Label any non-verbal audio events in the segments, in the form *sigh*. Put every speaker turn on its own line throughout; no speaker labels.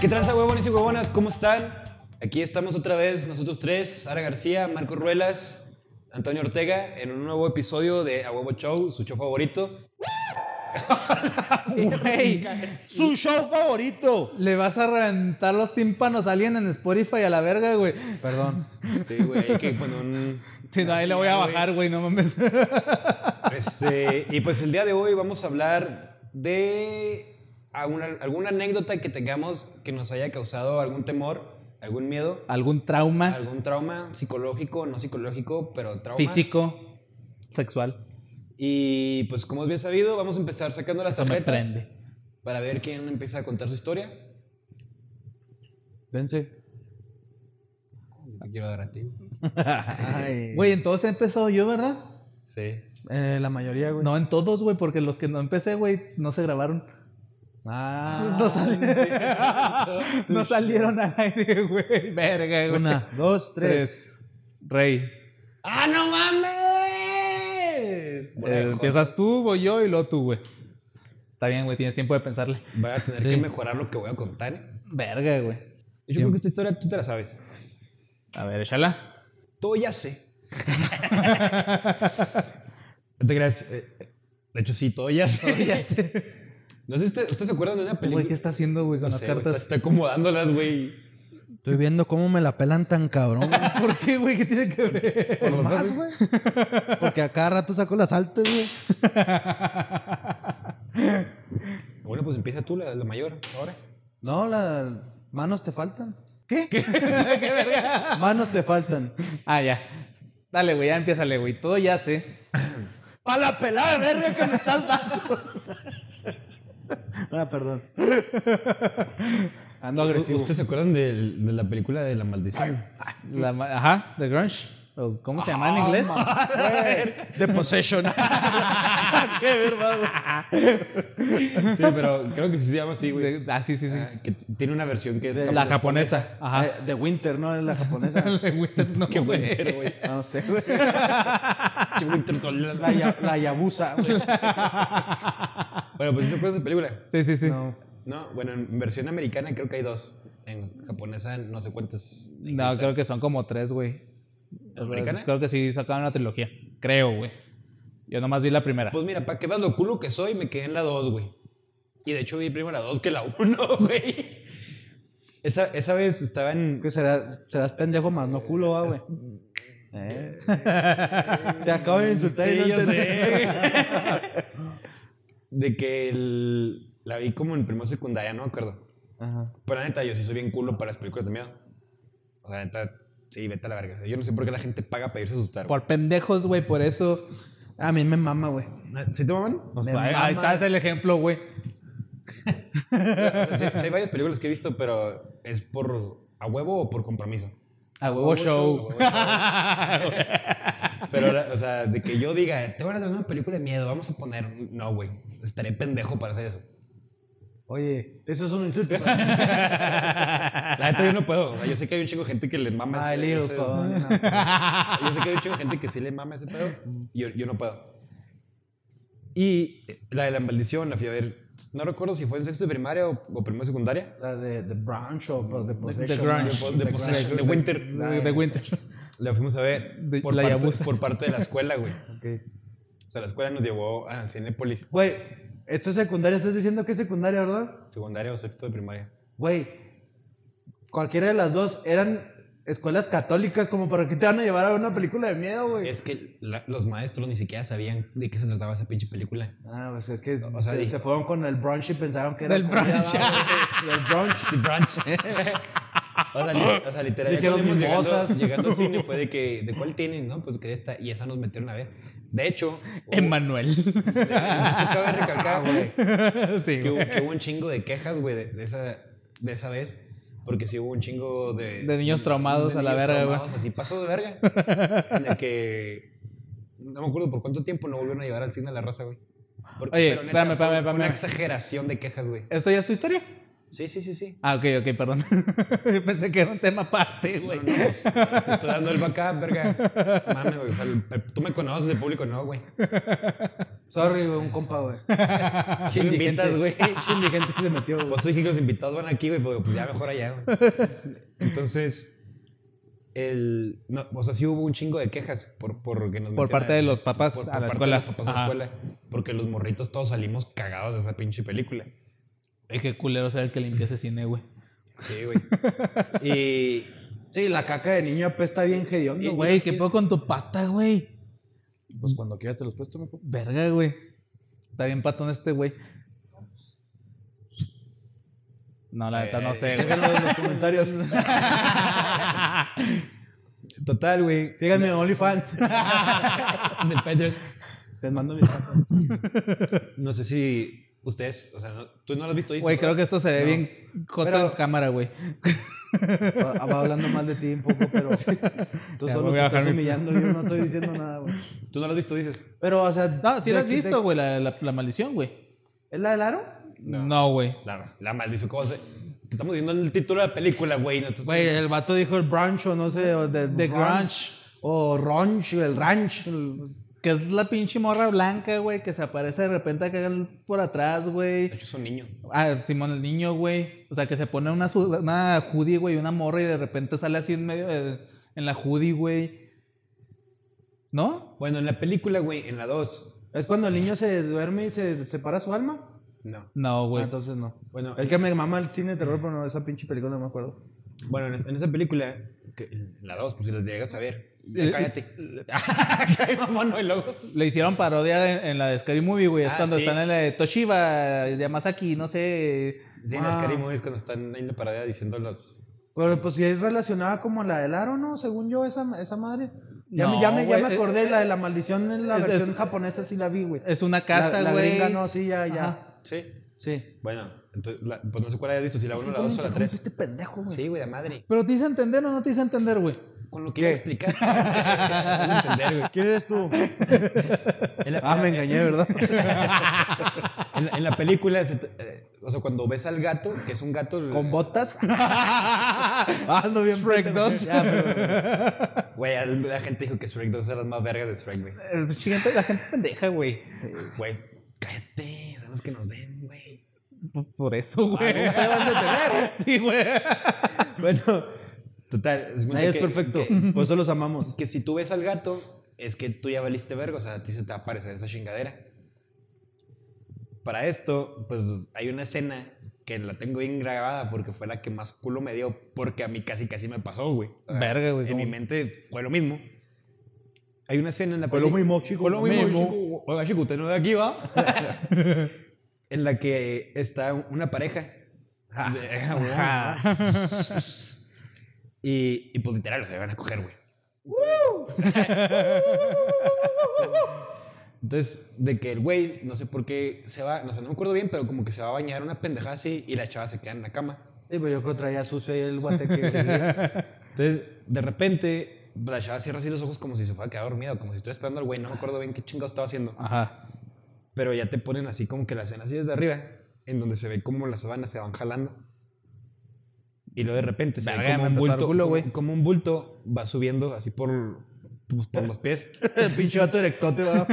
¿Qué tranza, huevones y huevonas? ¿Cómo están? Aquí estamos otra vez, nosotros tres, Ara García, Marco Ruelas, Antonio Ortega, en un nuevo episodio de A Huevo Show, su show favorito.
*laughs* Güey,
su show favorito.
le vas a reventar los tímpanos a alguien en Spotify a la verga, güey. Perdón.
Sí, güey, hay que poner un...
Si no, ahí le voy a bajar, güey, no mames.
Este, y pues el día de hoy vamos a hablar de alguna, alguna anécdota que tengamos que nos haya causado algún temor, algún miedo,
*laughs* ¿Algún trauma
algún trauma psicológico, no psicológico, pero trauma.
físico, sexual?
Y pues como es bien sabido, vamos a empezar sacando las
Eso me
tarjetas
prende.
para ver quién empieza a contar su historia.
Dense.
Yo Te quiero dar a ti.
Güey, en todos he empezado yo, ¿verdad?
Sí.
Eh, la mayoría, güey.
No, en todos, güey, porque los que no empecé, güey, no se grabaron.
Ah,
no, sal- *laughs* no salieron al aire, güey. Verga, güey.
Una, dos, tres.
tres. Rey.
¡Ah, no mames! Voy a,
Eh, empiezas tú, voy yo y luego tú, güey. Está bien, güey, tienes tiempo de pensarle.
voy a tener
Sí.
que mejorar lo que voy a contar. ¿eh?
Verga, güey.
Yo creo que esta historia tú te la sabes.
A ver, échala.
Todo ya
*laughs*
sé. no te creas. eh, De hecho, sí, todo ya sé.
Ya sé.
No sé si usted- ustedes se acuerdan de una
Güey,
película.
¿qué está haciendo, güey, con
No
las
sé, güey,
cartas?
Está, está acomodándolas, güey.
Estoy viendo cómo me la pelan tan cabrón. güey.
*laughs* ¿Por qué, güey? ¿Qué tiene que ver?
Por los haces.
Porque a cada rato saco las altas, güey.
Bueno, pues empieza tú, la, la mayor, ahora.
No, las manos te faltan.
¿Qué? *laughs* ¿Qué verga?
Manos te faltan.
Ah, ya. Dale, güey, ya empiézale, güey. Todo ya sé.
¡A la pelada, verga, que me estás dando! ah, perdón.
Ando
U-
agresivo.
¿Ustedes se acuerdan del- de, la película de La Maldición?
La ma- ajá, The Grunge. ¿O ¿Cómo se
Ah,
llama en inglés? *laughs*
The *laughs* Possession.
Sí, pero creo que sí se llama así, güey.
De- ah, sí, sí, sí.
Ah, que t- tiene una versión que es
la japonesa. Ajá.
Eh, The Winter, ¿no? Es la
*laughs*
japonesa. Ah,
no,
Qué
güey.
winter, güey.
No sé, güey.
Qué *laughs* winter sol.
La, ya- la Yabusa, güey.
Bueno, pues ¿sí se acuerdan de esa película.
Sí, sí, sí.
No.
No, bueno, en versión americana creo que hay dos. En japonesa no sé cuántas.
No, creo que son como tres, güey. O sea,
¿Americana?
Creo que sí sacaron una trilogía. Creo, güey. Yo nomás vi la primera.
Pues mira, para que veas lo culo que soy, me quedé en la 2, güey. Y de hecho vi primero la 2 que la 1, *laughs* güey. Esa, esa vez estaba en...
Que será, serás pendejo más, no culo,
*laughs*
ah, güey. Eh. Te acabo de insultar y no
Sí, yo
entendí.
sé. *laughs* De que el- la vi como en primero secundaria, no me acuerdo.
Ajá.
Pero la neta, yo sí soy bien culo para las películas de miedo. O sea, la neta, sí, vete a la verga. O sea, yo no sé por qué la gente paga para irse a asustar. güey.
Por pendejos, güey, por eso. Pues
A mí me mama, güey.
¿Sí te maman?
Ahí,
Me mama.
ahí está es el ejemplo, güey.
Sí, sí hay varias películas que he visto, pero es por a huevo o por compromiso.
A huevo show.
Pero, la- o sea, de que yo diga, te van a hacer una película de miedo, vamos a poner. No, güey. Estaré pendejo para hacer eso.
Oye, eso es un
*laughs*
insulto.
La neta, yo no puedo. O sea, yo sé que hay un chingo de gente que le mama
My
ese,
little
ese-
*laughs*
pony.
Yo sé que hay un chingo de gente que sí le mama ese pedo. Yo, yo no puedo. Y la de la maldición la fui a ver. No recuerdo si fue en sexto de primaria o, o primero de secundaria.
La de The Branch o por The Possession.
The Grunge.
¿no?
De Possession, de Winter.
De de Winter.
La fuimos a ver
De-
por,
la
parte,
Yabusa.
por parte
*laughs*
de la escuela, güey.
Ok.
O sea, la escuela nos llevó a Cinépolis,
Güey, esto es secundaria. Estás diciendo que es secundaria, ¿verdad?
secundaria o sexto de primaria.
Güey, cualquiera de las dos eran escuelas católicas. Como para que te van a llevar a ver una película de miedo, güey.
Es que la- los maestros ni siquiera sabían de qué se trataba esa pinche película.
Ah, pues es que
O sea,
se,
y-
se fueron con el brunch y pensaron que era.
Del
comida,
brunch.
¿no? Del brunch.
The Branch. *laughs* o, sea, li- o sea, literal, ya
Dijeron
cuando íbamos llegando,
mimosas.
llegando al cine fue de que, ¿de cuál tienen? No, pues que de esta. Y esa nos metieron a ver. De hecho, hubo- *laughs*
Emanuel.
cabe recalcar, güey,
sí,
que,
Ah, güey.
hubo- que hubo un chingo de quejas, güey, de, de esa, de esa vez. Porque sí hubo un chingo de...
De niños traumados
de
a la
niños
verga, güey.
traumados, Así pasó de verga. En el que... No me acuerdo por cuánto tiempo no volvieron a llevar al cine a la raza, güey. Porque,
Oye,
pero neta,
espérame, espérame,
fue- fue Una
espérame.
exageración de quejas, güey.
*laughs* ¿Esta ya es tu historia?
Sí, sí, sí, sí.
Ah, ok, ok, perdón. *laughs* Yo Pensé que era un tema aparte, güey.
No, no, pues, te estoy dando el backup, verga. Mames, güey. o sea, el- tú me conoces, el público no, güey.
Sorry, güey, un compa, güey. Ah,
¿Qué invitas,
*laughs*
güey?
Qué indigente se metió, güey.
Vos dije que los invitados van aquí, güey, pero pues ya mejor allá. güey. Entonces, el, no, o sea, sí hubo un chingo de quejas por, porque nos
Por
metieron
parte
a-
de los papás a la
parte de
escuela.
los papás a la
Ajá.
escuela, Porque los morritos todos salimos cagados de esa pinche película.
Es que culero sea el que limpia ese cine, güey.
Sí,
*laughs*
güey. y
Sí, la caca de niño apesta bien hediondo, güey.
Güey, ¿qué puedo con tu pata, güey?
Pues cuando quieras te los puesto, mejor.
Verga, güey. Está bien patón este, güey. No, la neta no sé, güey.
Déjenlo en Eh. *laughs* los comentarios.
total, güey.
Síganme en OnlyFans. Les mando mis patas.
No sé si ustedes, o sea, no- tú no lo has visto, dices,
Güey, creo que
¿verdad?
esto se ve
No.
bien coto
Pero-
en cámara, güey.
Va va hablando mal de ti un poco, pero
*laughs*
tú
Ya,
solo
voy
te
a
estás
bajar mi-
humillando. Yo no estoy diciendo nada, güey.
Tú no lo has visto, dices.
Pero, o sea.
No, sí
de
lo has
que te-
visto, güey, la, la- la maldición, güey.
¿Es la del aro?
No, güey.
La, la maldición, ¿cómo se? Te estamos diciendo el título de la película, güey. No estás-
Güey, el vato dijo el brunch o no sé, o de,
The Grunge.
O ranch, el ranch. el-
Que es la pinche morra blanca, güey, que se aparece de repente acá por atrás, güey.
De hecho, es un niño.
Ah, Simón el niño, güey. O sea, que se pone una, su- una hoodie, güey, una morra y de repente sale así en medio de- en la hoodie, güey. ¿No?
Bueno, en la película, güey, en la 2.
¿Es cuando el niño se duerme y se separa su alma?
No.
No,
Ah,
güey.
entonces no.
Bueno,
El que me mama el cine de terror, pero no, esa pinche película no me acuerdo.
bueno en, en esa película, que- en la 2, pues si las llegas a ver. Ya
Eh,
cállate. *laughs* Cállate, mamón, no, y luego.
Le hicieron parodia en, en la de Scary Movie, güey. Es
Ah,
cuando
sí.
están en la de Toshiba, Yamazaki, no
*laughs*
sé.
Sí, en las Scary Movies cuando están ahí en la parada diciendo las.
Pero pues si es relacionada como a la del aro, ¿no? Según yo, esa, esa madre. Ya, me-
No,
ya me, ya
güey,
me
eh,
acordé,
eh,
la de la maldición en la
es-
versión
es-
japonesa sí la vi, güey.
Es una casa,
La- la
güey.
gringa no, sí, ya, ya.
Ajá.
Sí.
Sí.
Bueno, entonces, la- pues no sé cuál hayas visto, si la 1, la
¿Cómo
2 o la 3.
interrumpiste, pendejo, güey?
Sí, este güey, de madre.
Pero te hice entender o no te hice entender, güey.
Con lo que iba a explicar. *laughs* Hacerlo entender, güey.
¿Quién eres *laughs* tú?
En la-
ah, me engañé, ¿verdad?
En la, en la película, se te- eh, o sea, cuando ves al gato, que es un gato.
¿Con botas? ah, no bien
Shrek 2.
Ya,
*laughs*
pero-
Güey, al- la gente dijo que Shrek 2 era las más vergas de Shrek, güey.
Eh, chingate, La gente es pendeja, güey.
Güey, cállate, son los que nos ven, güey.
P- Por eso,
Ah,
güey. *laughs* Sí, güey.
Bueno, total. cuenta
Nadie es
que-
perfecto.
Que, pues,
Por eso los amamos.
que si tú ves al gato, es que tú ya valiste verga, o sea, a ti se te va a aparecer esa chingadera. Para esto, pues hay una escena que la tengo bien grabada porque fue la que más culo me dio, porque a mí casi casi me pasó, güey. O sea,
Verga, güey,
En mi
¿cómo?
mente fue lo mismo. Hay una escena en la
Fue lo mismo, chico.
Fue lo mismo,
Memo.
chico. Oiga, chico, usted no es de aquí, va.
*laughs*
en la que está una pareja. "Ah, *laughs* y, y pues literal, se van a coger, güey. Entonces, de que el güey, no sé por qué se va, no sé, no me acuerdo bien, pero como que se va a bañar una pendejada así y la chava se queda en la cama.
Sí, pero yo creo que traía sucio ahí el guate que...
*laughs*
Entonces, de repente, la chava cierra así los ojos como si se fuera a quedar dormida, o como si estuviera esperando al güey, no me acuerdo bien qué chingado estaba haciendo.
Ajá.
Pero ya te ponen así como que la escena así desde arriba, en donde se ve como las sábanas se van jalando. Y luego de repente se ve
Verga,
como
me
un,
empezó a dar
bulto,
culo, güey.
como, como un bulto va subiendo así por, pues, por los pies.
el *laughs* pinche vato erectote, ¿verdad?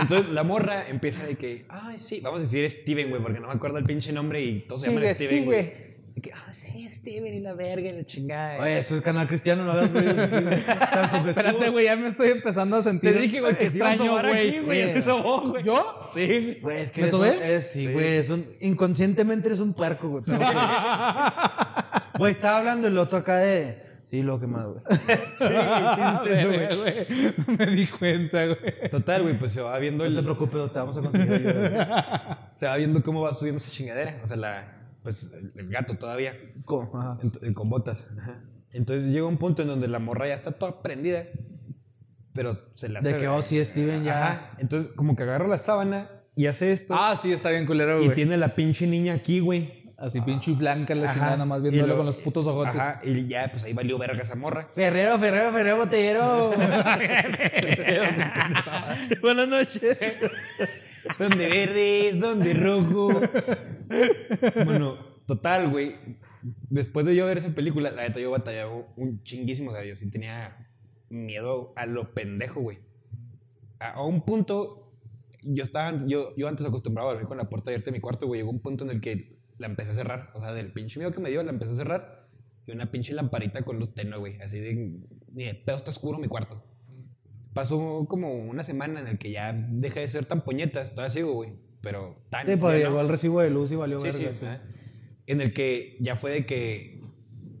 Entonces la morra empieza de que, ay, sí, vamos a decir Steven, güey, porque no me acuerdo el pinche nombre y todos se
Sí,
llaman
güey,
Steven,
sí,
güey.
güey.
De que, ah, sí, Steven y la verga y la chingada.
Oye, eso es canal cristiano, no hagas ruidos así, güey.
*laughs*
Tan sugestivo.
Espérate, güey, ya me estoy empezando a sentir.
Te dije, güey, que se iba a
extraño,
sobar aquí,
güey.
güey. ya se sobó, güey.
¿Yo?
Sí.
Güey, es que
¿Me
eres
tomé?
un- eres- sí, güey, es un- inconscientemente eres un puerco, güey. pero- Güey, estaba hablando el otro acá de... Sí, lo quemado, güey.
Ah, *laughs* verga, güey. No me di cuenta, güey.
Total, güey, pues se va viendo
No te
el-
preocupes, te vamos a conseguir ayuda.
se va viendo cómo va subiendo esa chingadera, o sea, la pues el el gato todavía
güey. ¿Cómo? Ajá.
ent- eh, con botas. Ajá. Entonces llega un punto en donde la morra ya está toda prendida, pero se la
De que, oh, sí, Steven ya...
Ajá. Entonces como que agarra la sábana y hace esto
Ah, sí, está bien culero,
y
güey.
tiene la pinche niña aquí, güey.
Así pinche blanca la
Ajá.
chingada, nada más
Y
viéndolo
luego-
con los putos ojotes.
Ajá, y ya pues ahí valió verga esa morra.
Ferrero, Ferrero, Ferrero, botellero.
*laughs*
*laughs*
Buenas noches.
Son de verdes, son de rojo. Bueno, total, güey. Después de yo ver esa película, la neta yo batallaba un chinguísimo. O sea, yo sí tenía miedo a lo pendejo, güey. A, a un punto yo estaba, yo, yo antes acostumbraba a dormir con la puerta abierta de mi cuarto, güey. Llegó un punto en el que la empecé a cerrar. O sea, del pinche miedo que me dio, la empecé a cerrar. Y una pinche lamparita con luz tenue, güey. Así de, ni de pedo está oscuro mi cuarto. Pasó como una semana en el que ya dejé de ser tan puñetas. Todavía sigo, güey. Pero tan.
Sí,
ya
pero
no.
llegó al recibo de luz y valió
Sí, sí,
verga. sí.
ajá. En el que ya fue de que,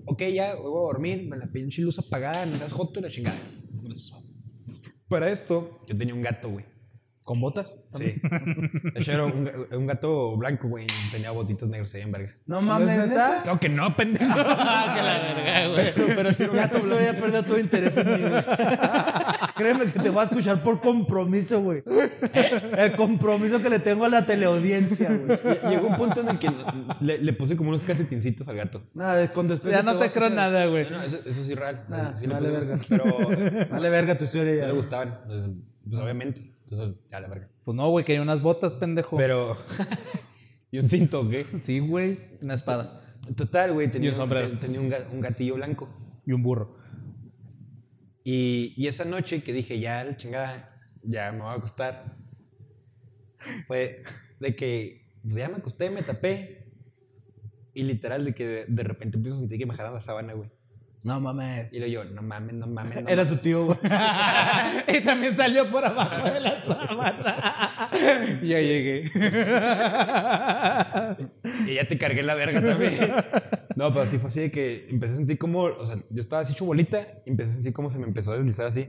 ok, ya voy a dormir, con la pinche luz apagada, me das joto y la chingada. Para esto, yo tenía un gato, güey.
¿Con botas?
Sí. De hecho, era un, ga- un gato blanco, güey. y Tenía botitas negras ahí en vergas.
No
mames,
mames,
¿neta?
neta.
Claro que no, pendejo.
Pero sí,
Ya tu historia perdió todo interés en mí, güey. Créeme que te voy a escuchar por compromiso, güey. El compromiso que le tengo a la teleaudiencia, güey.
Llegó un punto en el que le, le puse como unos calcetincitos al gato.
Nada, con desprecio
ya no
voy
te
a
creo
escuchar.
nada, güey.
No, no, eso, eso sí es real.
Ah,
sí le
vale
puse unos- pero
Vale verga tu historia
no
ya.
le gustaban. Entonces, pues obviamente. Entonces, ya la verga.
Pues no, güey, quería unas botas, pendejo.
Pero. ¿Y un cinto o qué?
Sí, güey, una espada.
Total, güey,
Y
tenía,
un
un,
sombrero.
te- tenía un, ga- un gatillo blanco.
Y un burro.
Y, y esa noche que dije, ya, la chingada, ya me voy a acostar, fue de que pues, ya me acosté, me tapé. Y literal, de que de, de repente empiezo a sentir que me jalan la sábana, güey.
No mames.
Y luego yo, no mames, no mames, no
Era
mames.
su tío, güey.
*laughs* y también salió por abajo de la sábana. ya llegué.
Y ya te cargué la verga también. No, pero sí fue así de que empecé a sentir como, o sea, yo estaba así hecho bolita y empecé a sentir como se me empezó a deslizar así.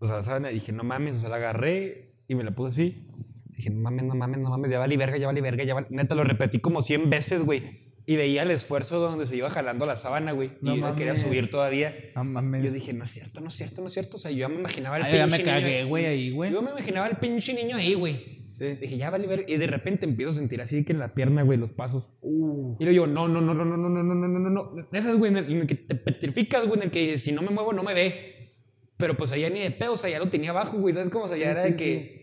O sea, la sábana, dije, no mames, o sea, la agarré y me la puse así. Dije, no mames, no mames, no mames, ya vale verga, ya vale verga, ya vale. Neta, lo repetí como 100 veces, güey. Y veía el esfuerzo donde se iba jalando la sábana, güey.
No
y yo la quería
mames.
subir todavía.
No mames.
Y yo dije, no es cierto, no es cierto, no es cierto. O sea, yo ya me imaginaba el
Ah, ya me
pinche niño-
cagué, güey, ahí, güey.
Yo me imaginaba el pinche niño ahí, güey.
Sí.
Dije, ya vale verga. Y de repente empiezo a sentir así que en la pierna, güey, los pasos.
Uh.
Y luego yo, no, no, no, no, no, no, no, no, no, no, no, no. Esas, güey, en el, en el que te petrificas, güey, en el que dices, si no me muevo, no me ve. Pero pues allá ni de pedo, o sea, ya lo tenía abajo, güey, ¿sabes cómo? O sea, ya
Sí,
era
sí,
de que.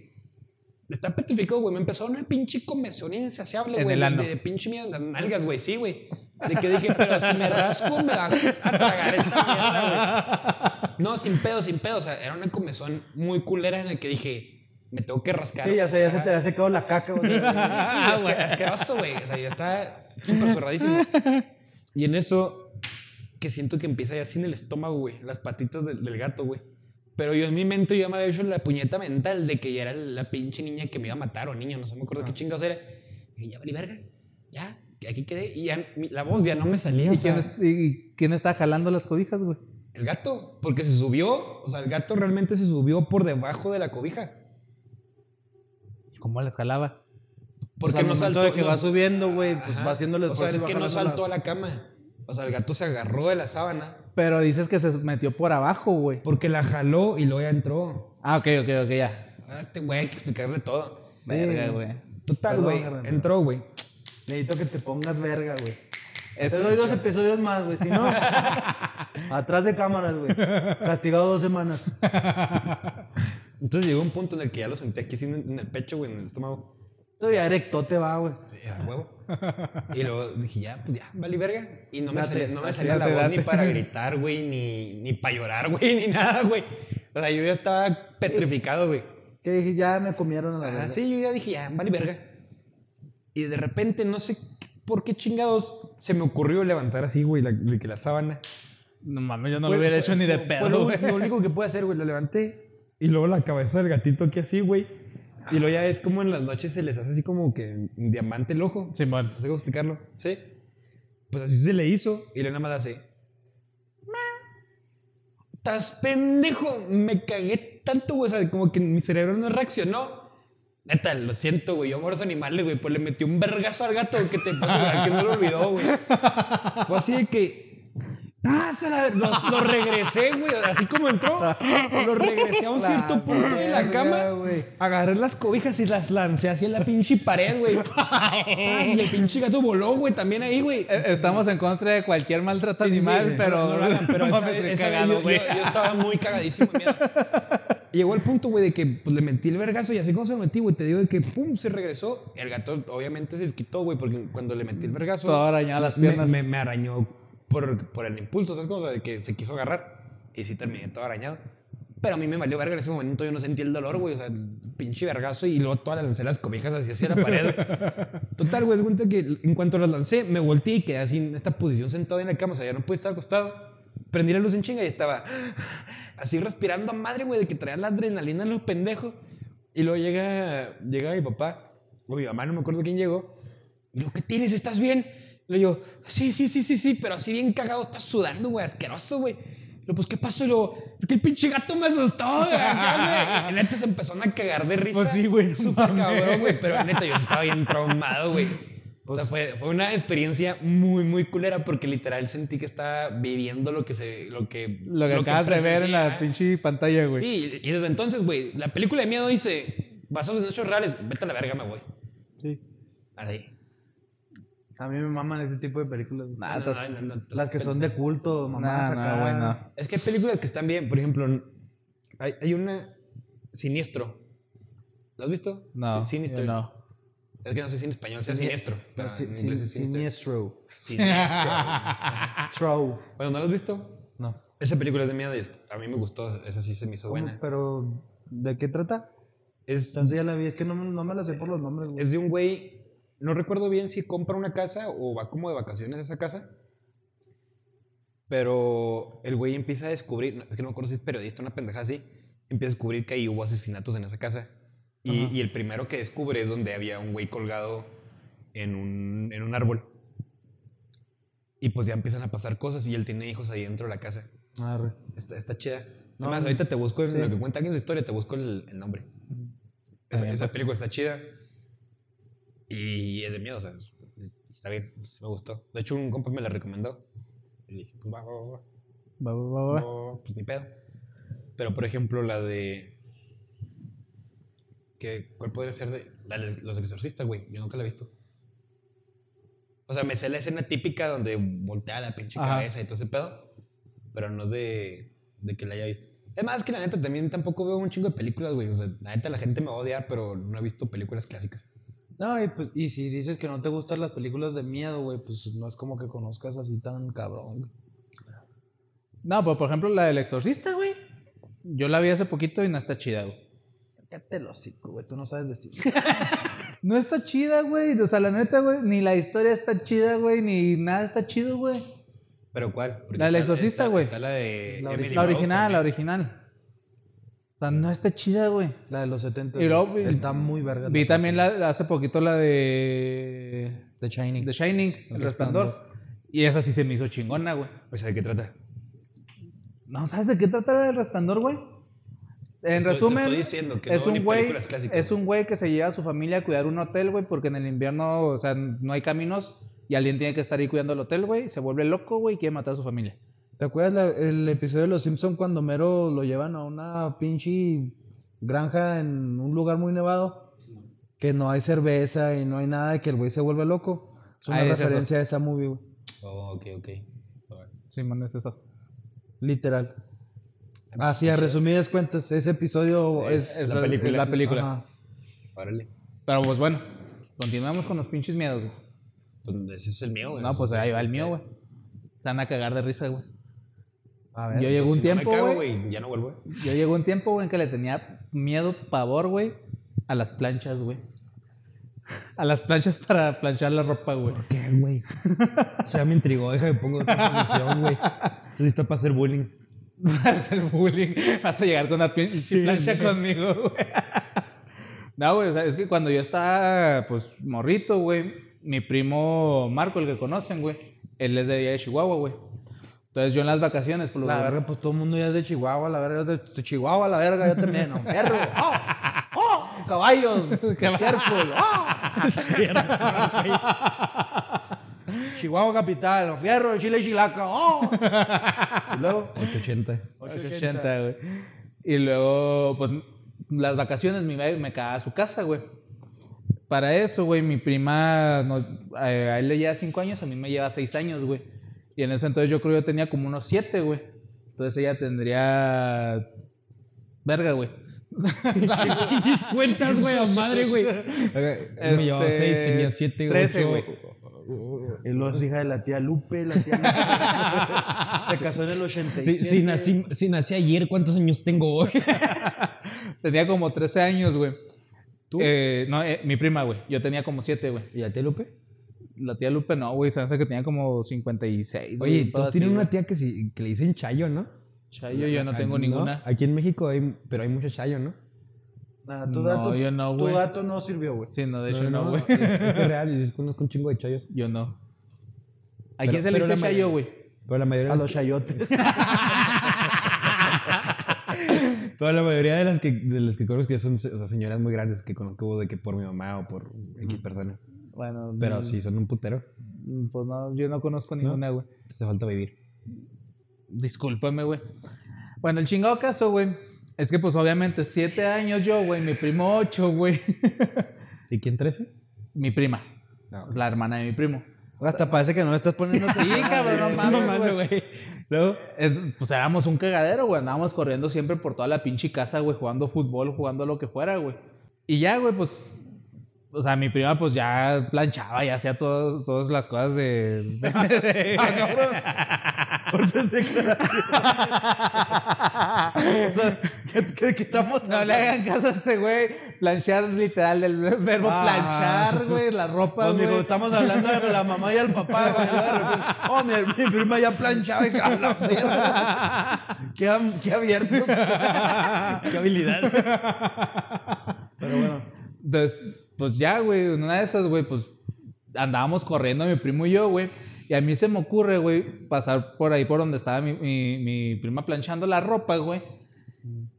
Está petrificado, güey. Me empezó una pinche comezón insaciable,
En
güey.
el
De,
ano.
de pinche miedo en las nalgas, güey. Sí, güey. De que dije, pero si me rasco, me va a tragar esta mierda, güey. No, sin pedo, sin pedo. O sea, era una comezón muy culera en la que dije, me tengo que rascar.
Sí, ya sé, ya se te
Ajá.
había secado la caca, güey.
Ah, güey, asqueroso, güey. O sea, ya está súper cerradísimo. Y en eso, que siento que empieza ya sin el estómago, güey. Las patitas del, del gato, güey. Pero yo en mi mente ya me había hecho la puñeta mental de que ya era la pinche niña que me iba a matar o niño, no sé, me acuerdo
Ah.
qué chingados era. Y ya valí verga. Ya, que aquí quedé. Y ya mi- la voz ya no me salía.
¿Y
o sea,
quién, es- y- y quién está jalando las cobijas, güey?
El gato, porque se subió. O sea, el gato realmente se subió por debajo de la cobija.
¿Cómo las jalaba?
O
Porque
sea, al
no
momento
saltó.
de que
no-
va subiendo, güey, pues
Ajá.
va haciéndole
O sea,
esfuerzo y
es
va
que no
jalando la-
saltó a la cama. O sea, el gato se agarró de la sábana
Pero dices que se metió por abajo, güey.
porque la jaló y luego ya entró.
Ah, ok, ok, ok, ya.
Ah, Este güey hay que explicarle todo.
Verga, güey.
Total,
Perdón,
güey.
Fernando.
Entró, güey.
Necesito que te pongas verga, güey.
Es-
Te doy dos episodios más, güey.
*laughs*
Si no, atrás de cámaras, güey. Castigado dos semanas.
Entonces llegó un punto en el que ya lo senté aquí así en en el pecho, güey, en el estómago.
Estoy erecto, te va, güey.
Sí, a huevo. *laughs* Y luego dije, ya, pues ya, vale verga. Y no me
Date,
salía, no me
date,
salía la
date,
voz ni *laughs*
date.
para gritar, güey, ni, ni para llorar, güey, *laughs* ni nada, güey. O sea, yo ya estaba petrificado, güey.
Que dije, ya me comieron a la
Ajá,
verga.
sí, yo ya dije, ya, vale verga. Y de repente, no sé qué- por qué chingados se me ocurrió levantar así, güey, la, de que la sábana.
No mames, yo no
Fue-
lo hubiera
fue-
hecho ni de
fue- fue lo,
pedo, güey.
lo único que pude hacer, güey, lo levanté. Y luego la cabeza del gatito aquí así, güey. Y luego ya es como en las noches se les hace así como que un diamante el ojo.
Simón.
No sé cómo explicarlo. Sí. Pues así se le hizo y luego nada más hace. ¡Estás pendejo! Me cagué tanto, güey. O sea, como que mi cerebro no reaccionó. Neta, lo siento, güey. Yo amo a los animales, güey. Pues le metí un vergazo al gato que te puedo asegurar que no lo olvidó, güey. Fue así de que. ¡Ah, se la- Lo, lo regresé, güey. Así como entró, lo regresé a un cierto punto de la
verga,
cama.
güey.
Agarré las cobijas y las lancé hacia la pinche pared, güey. Ah, y el pinche gato voló, güey, también ahí, güey.
Eh, Estamos en contra de cualquier maltrato
Sí, sí, sí.
animal, pero.
No, no lo hagan, pero
*laughs* no
esa-
mames,
esa vez
cagado,
yo-
güey.
Yo, yo estaba muy cagadísimo, de miedo.
*laughs*
Llegó el punto, güey, de que pues, le metí el vergazo y así como se lo metí, güey, te digo de que pum, se regresó. El gato obviamente se desquitó, güey, porque cuando le metí el vergazo.
Todo arañado las
me-
piernas.
Me, me arañó por, por el impulso, ¿sabes? Como, o sea, de que se quiso agarrar y sí terminé todo arañado. Pero a mí me valió verga en ese momento, yo no sentí el dolor, güey. O sea, pinche vergazo y luego todas las lancé las cobijas así hacia la pared.
*laughs*
Total, güey, es cuenta que en cuanto las lancé, me volteé y quedé así en esta posición sentado en la cama. O sea, ya no pude estar acostado. Prendí la luz en chinga y estaba *gasps* así respirando a madre, güey, de que traía la adrenalina en los pendejos. Y luego llega, llega mi papá, o mi mamá, no me acuerdo quién llegó. Y yo, ¿qué tienes? ¿Estás bien? Le digo, sí, sí, sí, sí, sí, pero así bien cagado, estás sudando, güey, asqueroso, güey. Lo, pues, ¿qué pasó? Y lo, es que el pinche gato me asustó, güey. acá, güey". Y neta se empezaron a cagar de risa.
Pues sí, güey,
*laughs*
no
Súper
mames.
cabrón, güey. Pero neta, yo estaba bien traumado, güey. o
Pues-
sea, fue, fue una experiencia muy, muy culera porque literal sentí que estaba viviendo lo que se. Lo que,
Lo que acabas de ver en la
presencié.
pinche pantalla, güey.
Sí, y desde entonces, güey, la película de miedo dice, basados en hechos reales, vete a la verga, me voy.
Sí.
Ahí.
A mí me maman ese tipo de películas. güey.
Nah,
No, no,
estás-
no, no, no,
Las que son de culto,
nah,
mamás acá,
nah,
güey.
no.
Es que hay películas que están bien, por ejemplo, hay, hay una Siniestro. ¿Lo has visto?
No,
Si- Sinister.
yo no.
Es que no sé si en español sea siniestro, pero
Sí,
en
sí,
inglés es sinister.
Siniestro.
Siniestro.
*laughs*
Ah.
Trow.
bueno, ¿no lo has visto?
No.
Esa película es de miedo y es- a mí me gustó, esa sí se me hizo buena.
Pero, ¿de qué trata?
Es,
Chance ya la vi, es que no, me- no me la sé por los nombres, güey.
es de un güey, no recuerdo bien si compra una casa o va como de vacaciones a esa casa. Pero el güey empieza a descubrir, no, es que no me acuerdo si es periodista o una pendeja así, empieza a descubrir que ahí hubo asesinatos en esa casa. Y, y el primero que descubre es donde había un güey colgado en un, en un árbol. Y pues ya empiezan a pasar cosas y él tiene hijos ahí dentro de la casa.
Ah,
Arre.
Está, está chida.
No,
Además,
no.
ahorita te busco, en
Sí.
lo que cuenta aquí en su historia, te busco el, el nombre.
Está
Esa,
bien,
esa
pues.
película está chida. Y es de miedo, o sea, es- está bien, sí me gustó. De hecho, un compa me la recomendó. Y dije, pues va, va, va, va.
Va, va, va, va.
No, pues ni pedo. Pero, por ejemplo, la de... ¿Qué, ¿Cuál podría ser de la de Los Exorcistas, güey? Yo nunca la he visto. O sea, me sé la escena típica donde voltea la pinche
Ajá.
cabeza y todo ese pedo. Pero no es de, de que la haya visto. Es más, que la neta también tampoco veo un chingo de películas, güey. O sea, la neta la gente me va a odiar, pero no he visto películas clásicas.
No, y, pues, y si dices que no te gustan las películas de miedo, güey, pues no es como que conozcas así tan cabrón. güey.
No, pero por ejemplo, la del exorcista, güey. Yo la vi hace poquito y no está chida, güey.
Cállate el hocico, güey, tú no
*laughs*
sabes decir.
No está chida, güey. O sea, la neta, güey, ni la historia está chida, güey, ni nada está chido, güey.
¿Pero cuál? Porque
La del
está-
Exorcista,
está-
güey.
Está la de...
La ori-
Emily
La
Rose
original, la
también.
original. O sea, no está chida, güey.
La de los 70.
Y luego,
güey,
güey,
está muy verga.
Vi también la- la- hace poquito la de
The Shining.
The Shining, El
El
Resplandor. Y esa sí se me hizo chingona, güey.
O sea, ¿de qué trata?
No, ¿sabes de qué trata el resplandor, güey? En
estoy- te
resumen,
estoy diciendo que no
es,
veo
un
ni
güey,
películas clásicas,
es un güey que se lleva a su familia a cuidar un hotel, güey, porque en el invierno, o sea, no hay caminos y alguien tiene que estar ahí cuidando el hotel, güey. Se vuelve loco, güey, y quiere matar a su familia.
¿Te acuerdas la- el episodio de Los Simpson cuando Mero lo llevan a una pinche granja en un lugar muy nevado? Que no hay cerveza y no hay nada, que el güey se vuelve loco. Es una
Ah, es eso.
referencia a esa movie, güey.
Oh, ok, ok.
Simón, es eso.
Literal.
Ah,
Así, a resumidas cuentas, ese episodio es,
Es la película.
pues, es la película.
Ajá.
Órale.
Pero pues bueno, continuamos con los pinches miedos, güey.
Pues ese es el mío, güey.
No, pues ahí va el mío, güey.
Yo
Se van a cagar de risa, güey.
A
Yo
ver.
llego un tiempo,
me cago,
güey.
güey. Ya no vuelvo.
Yo llegó un tiempo, güey, en que le tenía miedo, pavor, güey, a las planchas, güey. A las planchas para planchar la ropa, güey. *laughs*
¿Qué, güey? O sea, me intrigó, deja que pongo otra posición, güey. Listo para hacer bullying.
Vas a hacer bullying. Vas a llegar con la pin- plancha conmigo, güey. No, güey, o sea, es que cuando yo estaba, pues, morrito, güey, mi primo Marco, el que conocen, güey, él es de allá de Chihuahua, güey. Entonces yo en las vacaciones, por lo
La verga, pues todo el mundo ya es de Chihuahua, la verga, de, de Chihuahua, la verga, yo también,
*laughs*
no, perro. ¡Oh! ¡Oh! ¡Caballos! ¡Estiércol! ¡Oh! Chihuahua capital, fierro, chile y chilaca. ¡Oh! Y luego,
880.
880, güey. Y luego, pues, las vacaciones mi madre me cagaba a su casa, güey. Para eso, güey, mi prima, no, eh, a él le lleva 5 años, a mí me lleva 6 años, güey. Y en ese entonces yo creo yo tenía como unos 7, güey. Entonces ella tendría... Verga, güey.
cuentas, güey, a madre, güey.
Me llevaba 6, tenía 7,
13,
8.
este, güey.
Y luego es hija de la tía Lupe, la tía
*laughs*
Lupe. Se casó en el 87.
Si, si nací, si nací ayer, ¿cuántos años tengo hoy?
Tenía como 13 años, güey. ¿Tú? no, eh, mi prima, güey. Yo tenía como 7, güey.
¿Y a ti, Lupe?
La tía Lupe no, güey. Se me hace que tenía como 56.
Oye,
güey, todo
todos
así,
tienen
güey.
una tía que, sí- que le dicen Chayo, ¿no?
Chayo, yo no
Ah,
tengo ninguna.
Aquí en México hay, pero hay mucho Chayo, ¿no?
Nada, tu
No,
dato,
yo no,
tu
güey.
dato no sirvió, güey.
Sí, no, de hecho no, güey.
Es, es real, yo conozco un chingo de Chayos.
*laughs* Yo no. ¿A
Pero-
quién se le
pero
dice
la
Chayo, güey?
Pero la mayoría
A
de
los
las,
chayotes.
*laughs*
*laughs* pero la mayoría de las que, de las que conozco ya son o sea, señoras muy grandes que conozco de que por mi mamá o por X persona.
Bueno,
Pero sí, son un putero.
mm, Pues no, yo no conozco ninguna, güey.
Te hace falta vivir.
Discúlpame, güey. Bueno, el chingado caso, güey. Es que, pues, obviamente, siete años yo, güey. Mi primo, ocho, güey. *laughs*
¿Y quién Pues, 13?
mi prima.
No.
La hermana de mi primo.
Hasta parece que no le estás
*laughs*
poniendo
Sí, cabrón, no mames, güey.
güey. Luego,
Entonces, pues éramos un cagadero, güey. Andábamos corriendo siempre por toda la pinche casa, güey, jugando fútbol, jugando lo que fuera, güey. Y ya, güey, pues. O sea, mi prima, pues ya planchaba, ya hacía todo- todas las cosas de. No le hagan caso a este güey. Planchar, literal, el verbo
Ah.
planchar, güey, la ropa,
Pues,
güey.
mijo, estamos hablando de la mamá y el papá, güey. luego de repente,
*laughs*
Oh, mi, mi prima ya planchaba y que a la verga. Qué, am- qué abiertos.
qué habilidad.
Pero bueno,
Entonces, pues ya, güey, en una de esas, güey, pues andábamos corriendo mi primo y yo, güey. Y a mí se me ocurre, güey, pasar por ahí por donde estaba mi, mi- mi prima planchando la ropa, güey.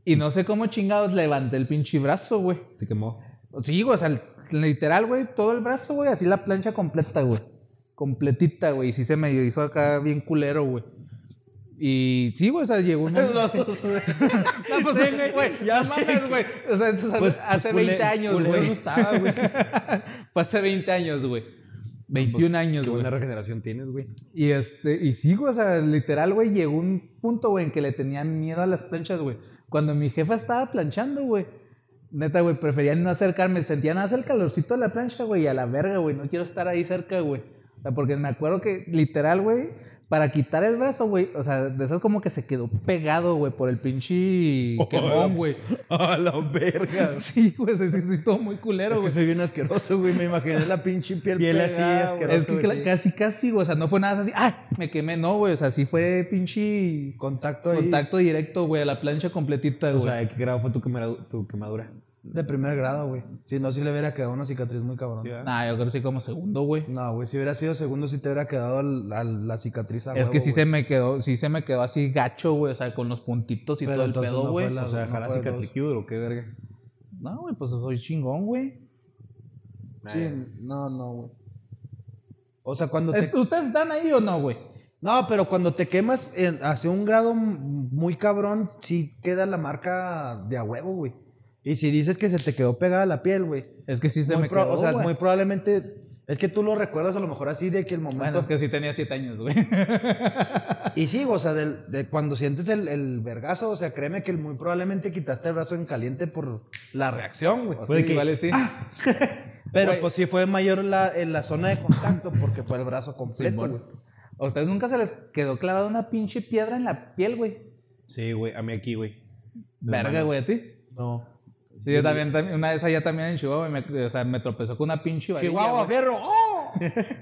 Y no sé cómo chingados levanté el pinche brazo, güey.
Se quemó.
Sí, güey, o sea, literal, güey, todo el brazo, güey, así la plancha completa, güey. Completita, güey. Y sí se me hizo acá bien culero, güey. Y sí, güey, o sea, llegó un *laughs* momento- No, pues, güey, ya Pues, mames, güey. O sea, eso es hace 20 años, güey.
estaba, güey.
*laughs* Fue hace 20 años, güey. 21 años,
Qué
güey.
buena regeneración tienes, güey.
Y este, y sí, güey, o sea, literal, güey, llegó un punto, güey, en que le tenía miedo a las planchas, güey. Cuando mi jefa estaba planchando, güey. Neta, güey, prefería no acercarme. Sentía nada más el calorcito de la plancha, güey, y a la verga, güey. No quiero estar ahí cerca, güey. O sea, porque me acuerdo que, literal, güey, para quitar el brazo, güey, o sea, de esas como que se quedó pegado, güey, por el *laughs* pinche quemón, güey.
a la verga.
Sí, güey, sí, sí, sí, estuvo muy culero,
Es
güey.
que soy bien asqueroso, güey. Me imaginé la pinche piel
Piel así
pegada, güey.
Es que cla- casi, casi, güey. O sea, no fue nada así. ¡Ah! Me quemé, no, güey. O sea, sí fue pinche
Contacto ahí.
contacto directo, güey. A la plancha completita,
O
güey.
sea, ¿de ¿qué grado fue tu, quemara- tu quemadura?
De primer grado, güey. Si no, si le hubiera quedado una cicatriz muy cabrón.
nah, yo creo que sí como segundo, güey.
No, güey, si hubiera sido segundo, si te hubiera quedado la, la- la cicatriz a
es
huevo,
que sí
güey.
se me quedó, sí se me quedó así gacho, güey. O sea, con los puntitos y
Pero
todo el
entonces no
pedo,
fue
güey.
la-
O sea,
no
¿jala
fue
cicatricure o qué verga?
No, güey, pues soy chingón, güey.
Sí, no, no, güey. O sea, cuando
Es-
te...
¿Ustedes están ahí o no, güey?
No, pero cuando te quemas en- hacia un grado m- muy cabrón, sí queda la marca de a huevo, güey. Y si dices que se te quedó pegada la piel, güey.
Es que sí se
muy
me
pro-
quedó,
O sea,
güey.
muy probablemente... Es que tú lo recuerdas a lo mejor así de que el momento...
Bueno, es que sí tenía siete años,
*laughs*
güey.
Y sí, o sea, del- de cuando sientes el, el vergazo, o sea, créeme que muy probablemente quitaste el brazo en caliente por la reacción, güey.
Pues
Puede que igual sí.
Ah. Pero
Güey.
pues sí fue mayor la, en la zona de contacto porque fue el brazo completo,
Simón.
güey.
¿A ustedes nunca se les quedó clavada una pinche piedra en la piel, güey?
Sí, güey, a mí aquí, güey. La
Verga,
mano.
güey, a ti.
No.
Sí, yo también, también- una vez allá también en Chihuahua, me, o sea, me tropezó con una pinche varilla.
Chihuahua,
güey.
fierro. ¡Oh!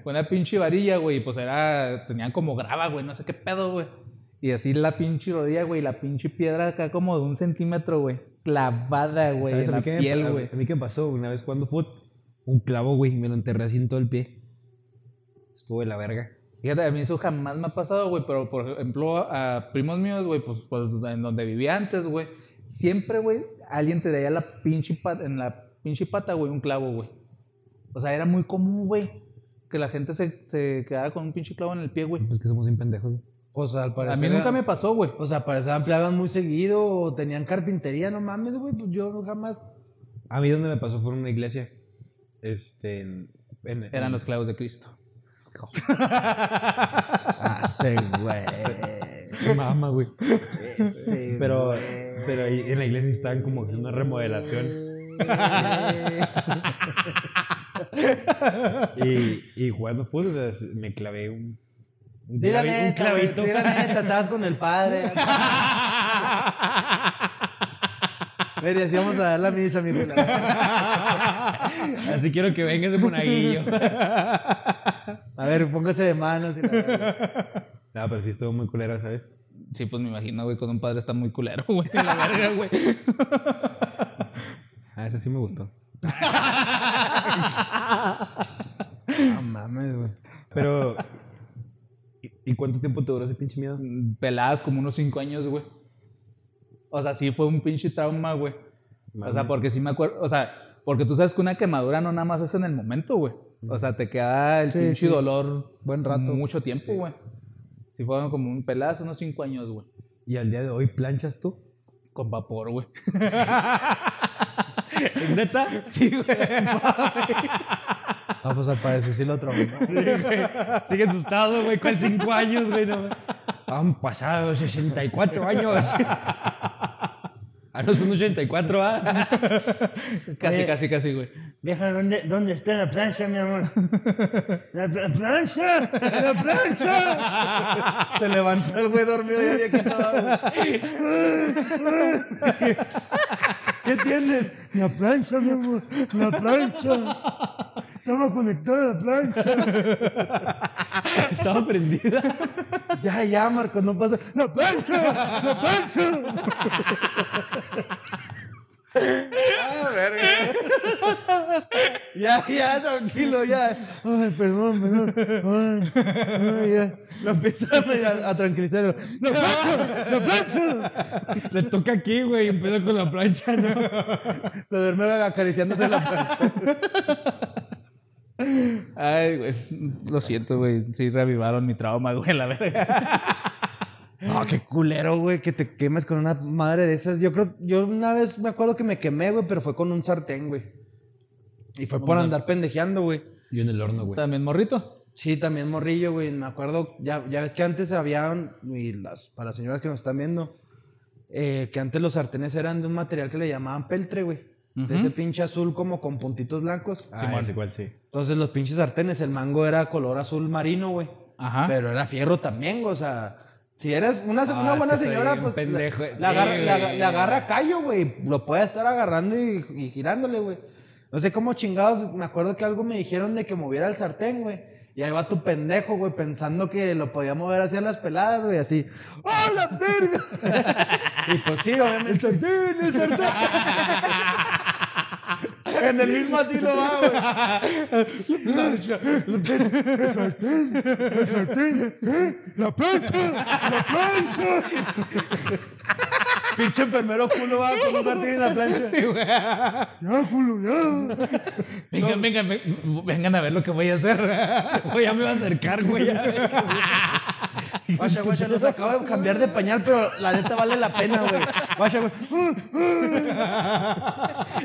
Con una pinche varilla, güey, y pues era, tenían como grava, güey, no sé qué pedo, güey. Y así la pinche rodilla, güey, la pinche piedra acá como de un centímetro, güey, clavada, güey,
¿Sabes
en
a mí
la
qué me-
piel,
a-
güey.
A mí qué me pasó una vez jugando foot, un clavo, güey, me lo enterré así en todo el pie. Estuvo de la verga.
Fíjate, a mí eso jamás me ha pasado, güey, pero por ejemplo, a primos míos, güey, pues, pues, en donde vivía antes, güey, siempre, güey, alguien te traía la pinche pata, en la pinche pata, güey, un clavo, güey. O sea, era muy común, güey, que la gente se, se quedara con un pinche clavo en el pie, güey.
Pues que somos bien pendejos. güey.
O sea, al
A
parecer.
mí nunca me pasó, güey.
O sea, parecían plagas muy seguido o tenían carpintería, no mames, güey. Pues yo jamás.
A mí donde me pasó fue en una iglesia. Este. en- en-
Eran
en-
los clavos de Cristo.
Hace, güey.
Mama, güey.
Ese,
Pero,
güey.
pero ahí en
*laughs*
la iglesia estaban como haciendo una remodelación.
Y, y jugando fútbol, o sea, s- me clavé un, un,
Dile la
clavi- un
neta, güey,
clavito. *laughs*
di la neta, estabas con el padre.
*laughs*
Mira, así vamos a dar la misa, mi pelada.
Así quiero que venga ese monaguillo.
A ver, póngase de manos. y la verga.
No, pero sí estuvo muy culero, ¿sabes?
Sí, pues me imagino, güey, con un padre está muy culero, güey. La verga, güey.
Ah, ese sí me gustó.
No mames, güey.
Pero. *laughs* ¿Y y cuánto tiempo te duró ese pinche miedo?
Mm, Peladas como unos cinco años, güey. O sea, sí fue un pinche trauma, güey. O sea, porque sí me acuerdo, o sea, porque tú sabes que una quemadura no nada más es en el momento, güey. O sea, te queda el
Sí,
pinche
sí.
dolor
Buen rato.
mucho tiempo, güey. Sí. fueron como un pelazo, unos cinco años, güey.
¿Y al día de hoy planchas tú?
Con vapor, güey.
¿Neta?
Sí, güey.
Ah, pues para eso sí lo traumó.
Sigue asustado, güey, con cinco años, güey. No. Han pasado 64 años. Ah, no son 84, ¿ah?
Casi, casi, casi,
*laughs*
güey.
Vieja, ¿dónde, ¿dónde está la plancha, mi amor? ¡La pla- plancha! ¡La plancha!
Se levantó el güey dormido y había quitado. güey.
¿Qué tienes? La plancha, mi amor. La plancha. Estaba conectada la plancha.
Estaba prendido.
Ya, ya, Marcos, no pasa.
¡La plancha! ¡La plancha!
Ah, Ya, ya, tranquilo, ya. Ay, perdón, perdón. Ay, ay, ya. Lo empieza a, a tranquilizar. No,
Le toca aquí, güey, y empezó con la plancha, ¿no?
Se duerme acariciándose la Ay, güey. Lo siento, güey. Sí, revivaron mi trauma, güey, la verga.
No, qué culero, güey, que te quemes con una madre de esas. Yo creo, yo una vez me acuerdo que me quemé, güey, pero fue con un sartén, güey. Y fue por andar pendejeando, güey.
Yo en el horno, güey.
También morrito.
Sí, también morrillo, güey. Me acuerdo, ya, ya ves que antes habían, y las, para las señoras que nos están viendo, eh, que antes los sartenes eran de un material que le llamaban peltre, güey. De ese pinche azul como con puntitos blancos.
Ah, ese cual sí.
Entonces los pinches sartenes, el mango era color azul marino, güey.
Ajá.
Pero era fierro también, güey. O sea, si eres una,
Ah,
una
es
buena
que está
señora,
bien
pues.
pendejo.
la-
Sí,
La, agarra,
güey.
la, la agarra callo, güey. Lo puede estar agarrando y, y girándole, güey. No sé cómo chingados. Me acuerdo que algo me dijeron de que moviera el sartén, güey. Y ahí va tu pendejo, güey, pensando que lo podía mover hacia las peladas, güey, así. ¡Oh, la verga! *laughs* y pues sí, obviamente. El sartén, el sartén. *laughs* en el mismo así lo va, güey.
¡El sartén! ¿Eh? ¡La plancha! ¡La plancha!
Pinche enfermero culo va con un sartén en la plancha.
¡Ya, culo, ya!
Vengan, vengan, ve- vengan a ver lo que voy a hacer. *laughs* Güey, ya me va a acercar, güey.
*laughs* Guacha, guacha, nos acaba de cambiar de pañal, pero la neta vale la pena, güey. Guacha, güey.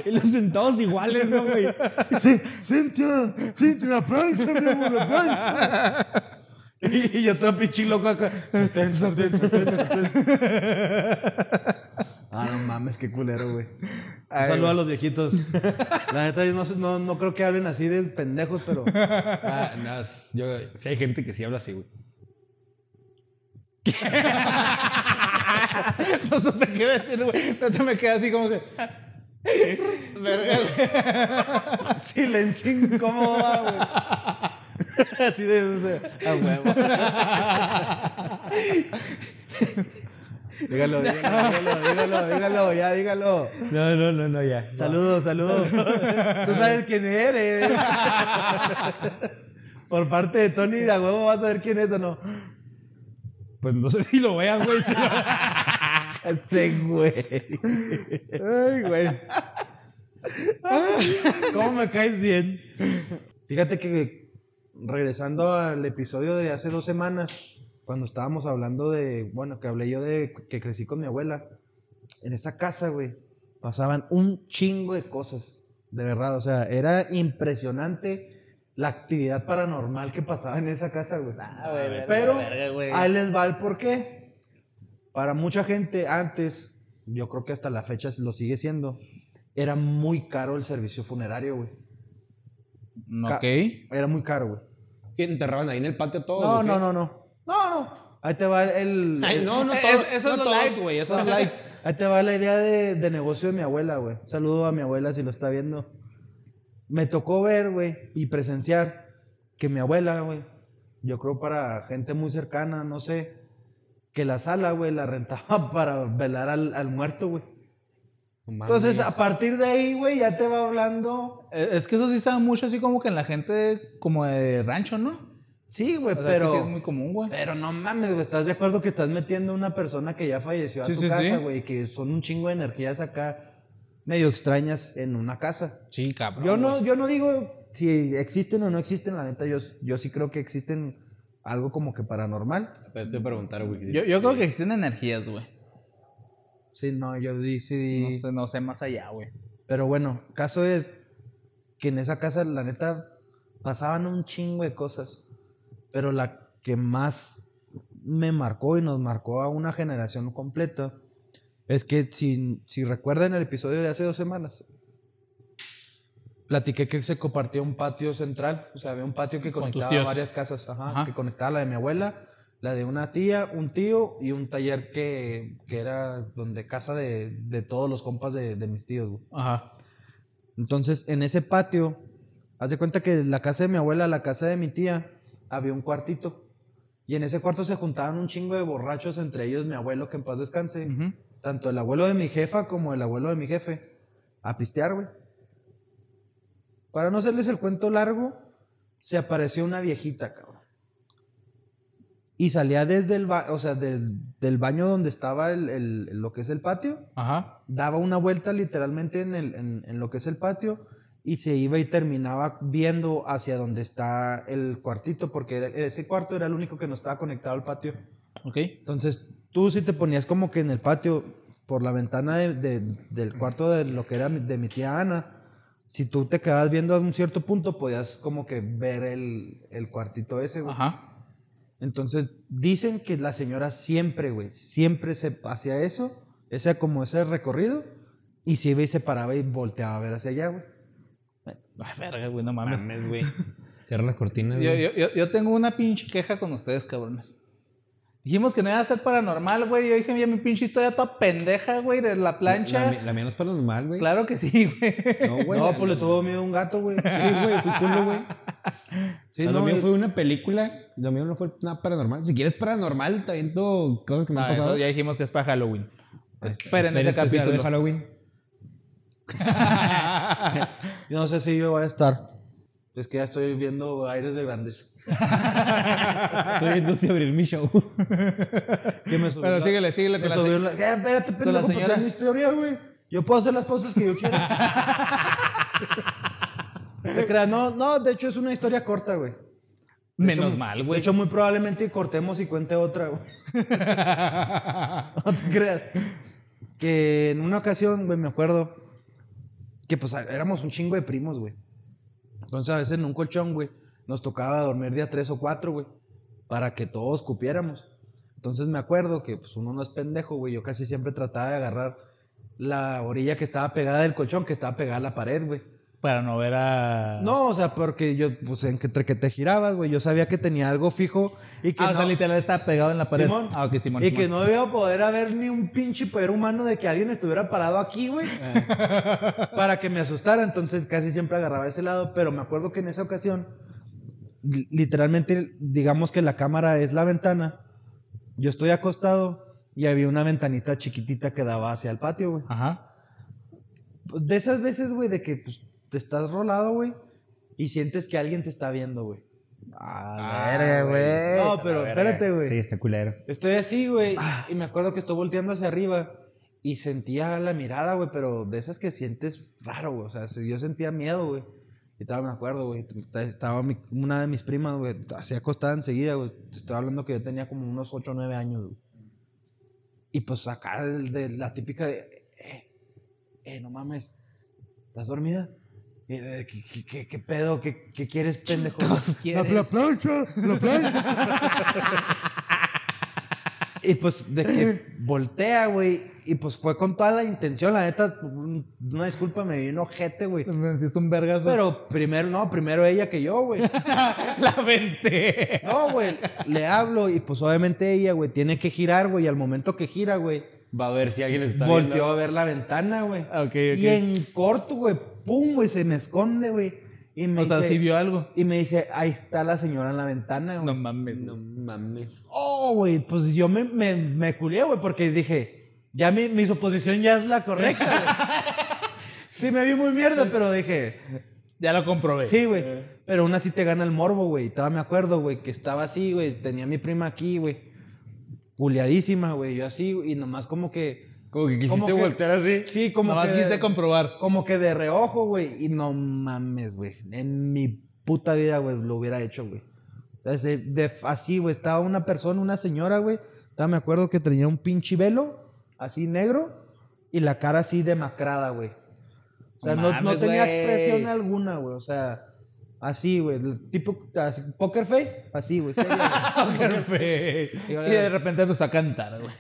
*laughs* Y los sentados iguales, ¿no,
*laughs*
güey?
¡Cintia! ¡Cintia, la plancha, mi amor! ¡La plancha!
Y, y yo todo pinche loco acá. Sartén, sartén, sartén, sartén. Ah, no mames, qué culero, güey. Un saludo a los viejitos. La neta, yo no, sé- no, no creo que hablen así de pendejos, pero.
Ah, no, es- yo, sí hay gente que sí habla así, güey.
*laughs*
No sé qué decir, güey. Entonces me quedé así como que.
Silencio incómodo, güey. *laughs* Así de. o sea, a huevo. Dígalo, dígalo, dígalo, dígalo, ya, dígalo.
No, no, no, no, ya.
Saludos, saludos. Tú sabes quién *laughs* eres. Por parte de Tony, de a huevo vas a ver quién es o no.
Pues no sé si lo vean, güey. si lo-
Este güey. Ay, güey. ¿Cómo me caes bien? Fíjate que regresando al episodio de hace dos semanas, cuando estábamos hablando de, bueno, que hablé yo de que crecí con mi abuela, en esa casa, güey, pasaban un chingo de cosas. De verdad, o sea, era impresionante la actividad paranormal que pasaba en esa casa, güey. Pero ahí les va el porqué. Para mucha gente antes, yo creo que hasta la fecha lo sigue siendo, era muy caro el servicio funerario, güey.
Ok.
Era muy caro, güey.
¿Qué enterraban ahí en el patio todos?
No,
o qué?
no, Eh, no, no. No, no. Ahí te va el.
Ay,
el-
no, no
Es-
todos.
eso
no
es lo
todos.
light, güey, eso es
*laughs*
lo light.
Ahí te va la idea de, de negocio de mi abuela, güey. Saludo a mi abuela si lo está viendo. Me tocó ver, güey, y presenciar que mi abuela, güey, yo creo para gente muy cercana, no sé, que la sala, güey, la rentaba *laughs* para velar al, al muerto, güey.
No mames.
Entonces, a partir de ahí, güey, ya te va hablando.
Eh, Es que eso sí está mucho así como que en la gente como de rancho, ¿no?
Sí, güey,
O sea,
pero.
es que sí es muy común, güey.
Pero no mames, güey, ¿estás de acuerdo que estás metiendo a una persona que ya falleció a
Sí,
tu
sí, sí.
casa, güey? Que son un chingo de energías acá medio extrañas en una casa.
Sí, cabrón.
Yo no, yo no digo si existen o no existen, la neta, yo, yo sí creo que existen algo como que paranormal.
Pues te voy a preguntar, güey.
Yo, yo creo que existen energías, güey.
Sí, no, yo di- sí.
No sé, no sé más allá, güey.
Pero bueno, caso es que en esa casa, la neta, pasaban un chingo de cosas. Pero la que más me marcó y nos marcó a una generación completa es que, si, si recuerdan el episodio de hace dos semanas, platiqué que se compartía un patio central. O sea, había un patio que
Con tus
conectaba
tíos.
varias casas. ajá,
Ajá.
Que conectaba la de mi abuela, la de una tía, un tío y un taller que, que era donde casa de, de todos los compas de, de mis tíos. güey.
Ajá.
Entonces, en ese patio, haz de cuenta que la casa de mi abuela, la casa de mi tía, había un cuartito. Y en ese cuarto se juntaban un chingo de borrachos, entre ellos mi abuelo, que en paz descanse.
Ujú.
Tanto el abuelo de mi jefa como el abuelo de mi jefe. A pistear, güey. Para no hacerles el cuento largo, se apareció una viejita, cabrón. Y salía desde el, ba- o sea, del, del baño donde estaba el- el- lo que es el patio
Ajá.
daba una vuelta literalmente en, el, en, en lo que es el patio y se iba y terminaba viendo hacia donde está el cuartito, porque era- ese cuarto era el único que no estaba conectado al patio.
Ok.
Entonces, tú si te ponías como que en el patio, por la ventana de- de- del cuarto de lo que era mi- de mi tía Ana, si tú te quedabas viendo a un cierto punto, podías como que ver el, el cuartito ese, güey.
Ajá.
Entonces, dicen que la señora siempre, güey, siempre se hacía eso, ese como ese recorrido, y se iba y se paraba y volteaba a ver hacia allá, güey.
Ay, verga, güey, no mames.
Mames, *laughs* güey.
Cierra las cortinas.
Yo,
güey.
yo, yo, yo tengo una pinche queja con ustedes, cabrones. Dijimos que no iba a ser paranormal, güey. Yo dije, mira, mi pinche historia toda pendeja, güey, de la
La,
plancha.
mi- la mía no es paranormal, güey.
Claro que sí, güey.
No, güey.
no,
la-
pues le tuvo miedo a un gato, güey. Sí, güey, fui culo, güey. Sí,
la-
no,
lo mío
y-
fue una película. Lo mío no fue nada paranormal. Si quieres paranormal, te aviento cosas que me
No,
han pasado.
eso ya dijimos que es para Halloween. Esperen
Espera
ese
especial de
capítulo.
Halloween.
yo no sé si yo voy a estar. Es que ya estoy viendo aires de grandes.
Estoy viendo si abrir mi show.
¿Qué me subió?
Pero
la-
síguele, síguele.
Me
con la
subió
se-
la- Eh, espérate,
con la
pendejo, pues
señora.
es mi historia, güey. Yo puedo hacer las cosas que yo quiera. *laughs* No te creas, no, no, de hecho es una historia corta, güey.
Menos mal,
*laughs* De
güey.
hecho, muy probablemente cortemos y cuente otra, güey. *laughs* no te creas. Que en una ocasión, güey, me acuerdo que pues a- éramos un chingo de primos, güey. Entonces a veces en un colchón, güey, nos tocaba dormir día tres o cuatro, güey, para que todos cupiéramos. Entonces me acuerdo que pues uno no es pendejo, güey. Yo casi siempre trataba de agarrar la orilla que estaba pegada del colchón, que estaba pegada a la pared, güey.
Para no ver a.
No, o sea, porque yo, pues, en que- entre que te girabas, güey, yo sabía que tenía algo fijo y que
Ah, o
no-
sea, literal estaba pegado en la pared.
Simón.
Ah, ok, Simón.
y
Simón.
que no debía poder haber ni un pinche poder humano de que alguien estuviera parado aquí, güey. para que me asustara. Entonces casi siempre agarraba ese lado. Pero me acuerdo que en esa ocasión, li- literalmente, digamos que la cámara es la ventana. Yo estoy acostado y había una ventanita chiquitita que daba hacia el patio, güey.
Ajá.
Pues, de esas veces, güey, de que pues, te estás rolado, güey, y sientes que alguien te está viendo, güey.
Ah, verga, güey.
Ah,
No, pero espérate, güey.
Sí, está culero.
Estoy así, güey. Y me acuerdo que estoy volteando hacia arriba y sentía la mirada, güey, pero de esas que sientes raro, güey. O sea, si- yo sentía miedo, güey. Y todavía me acuerdo, güey. t- Estaba mi- una de mis primas, güey, así acostada enseguida, güey. Te Estoy hablando que yo tenía como unos 8 o 9 años, güey. Y pues acá el de la típica de, eh, eh, no mames, ¿estás dormida? Eh, ¿Qué, qué- qué- qué pedo? ¿Qué, qué quieres, pendejo?
La, la plancha, la plancha.
Y pues de que voltea, güey. Y pues fue con toda la intención, la neta, una disculpa, me vino ojete, güey.
Me hiciste un vergazo.
Pero primero, no, primero ella que yo, güey.
*laughs* la vente.
No, güey, le hablo y pues obviamente ella, güey, tiene que girar, güey. Y al momento que gira, güey,
Va a ver si alguien está
volteó
viendo.
a ver la ventana, güey.
Ok, Ah, ok.
Y en corto, güey, pum, güey, se me esconde, güey. Y me
o sea,
dice,
sí vio algo.
y me dice, ahí está la señora en la ventana, güey.
No mames.
No mames.
Oh, güey, pues yo me, me, me culié, güey, porque dije, ya mi, mi suposición ya es la correcta,
*laughs*
güey. Sí, me vi muy mierda, pero dije,
Ya lo comprobé.
sí, güey. Pero aún así te gana el morbo, güey. Todavía me acuerdo, güey, que estaba así, güey. Tenía a mi prima aquí, güey. Culeadísima, güey. Yo así, güey, y nomás como que.
Como que quisiste
Como que-
voltear así.
Sí, como
Nomás
que.
quise *laughs* comprobar.
Como que de reojo, güey. Y no mames, güey. En mi puta vida, güey, lo hubiera hecho, güey. O sea, se- de- así, güey. Estaba una persona, una señora, güey. Estaba- Me acuerdo que tenía un pinche velo, así negro, y la cara así demacrada, güey. O sea, no, no
Mames,
tenía
güey.
expresión alguna, güey. O sea, así, güey. el Tipo, así, poker face, así, güey. seria,
*laughs*
güey.
y de repente empezó a cantar, güey.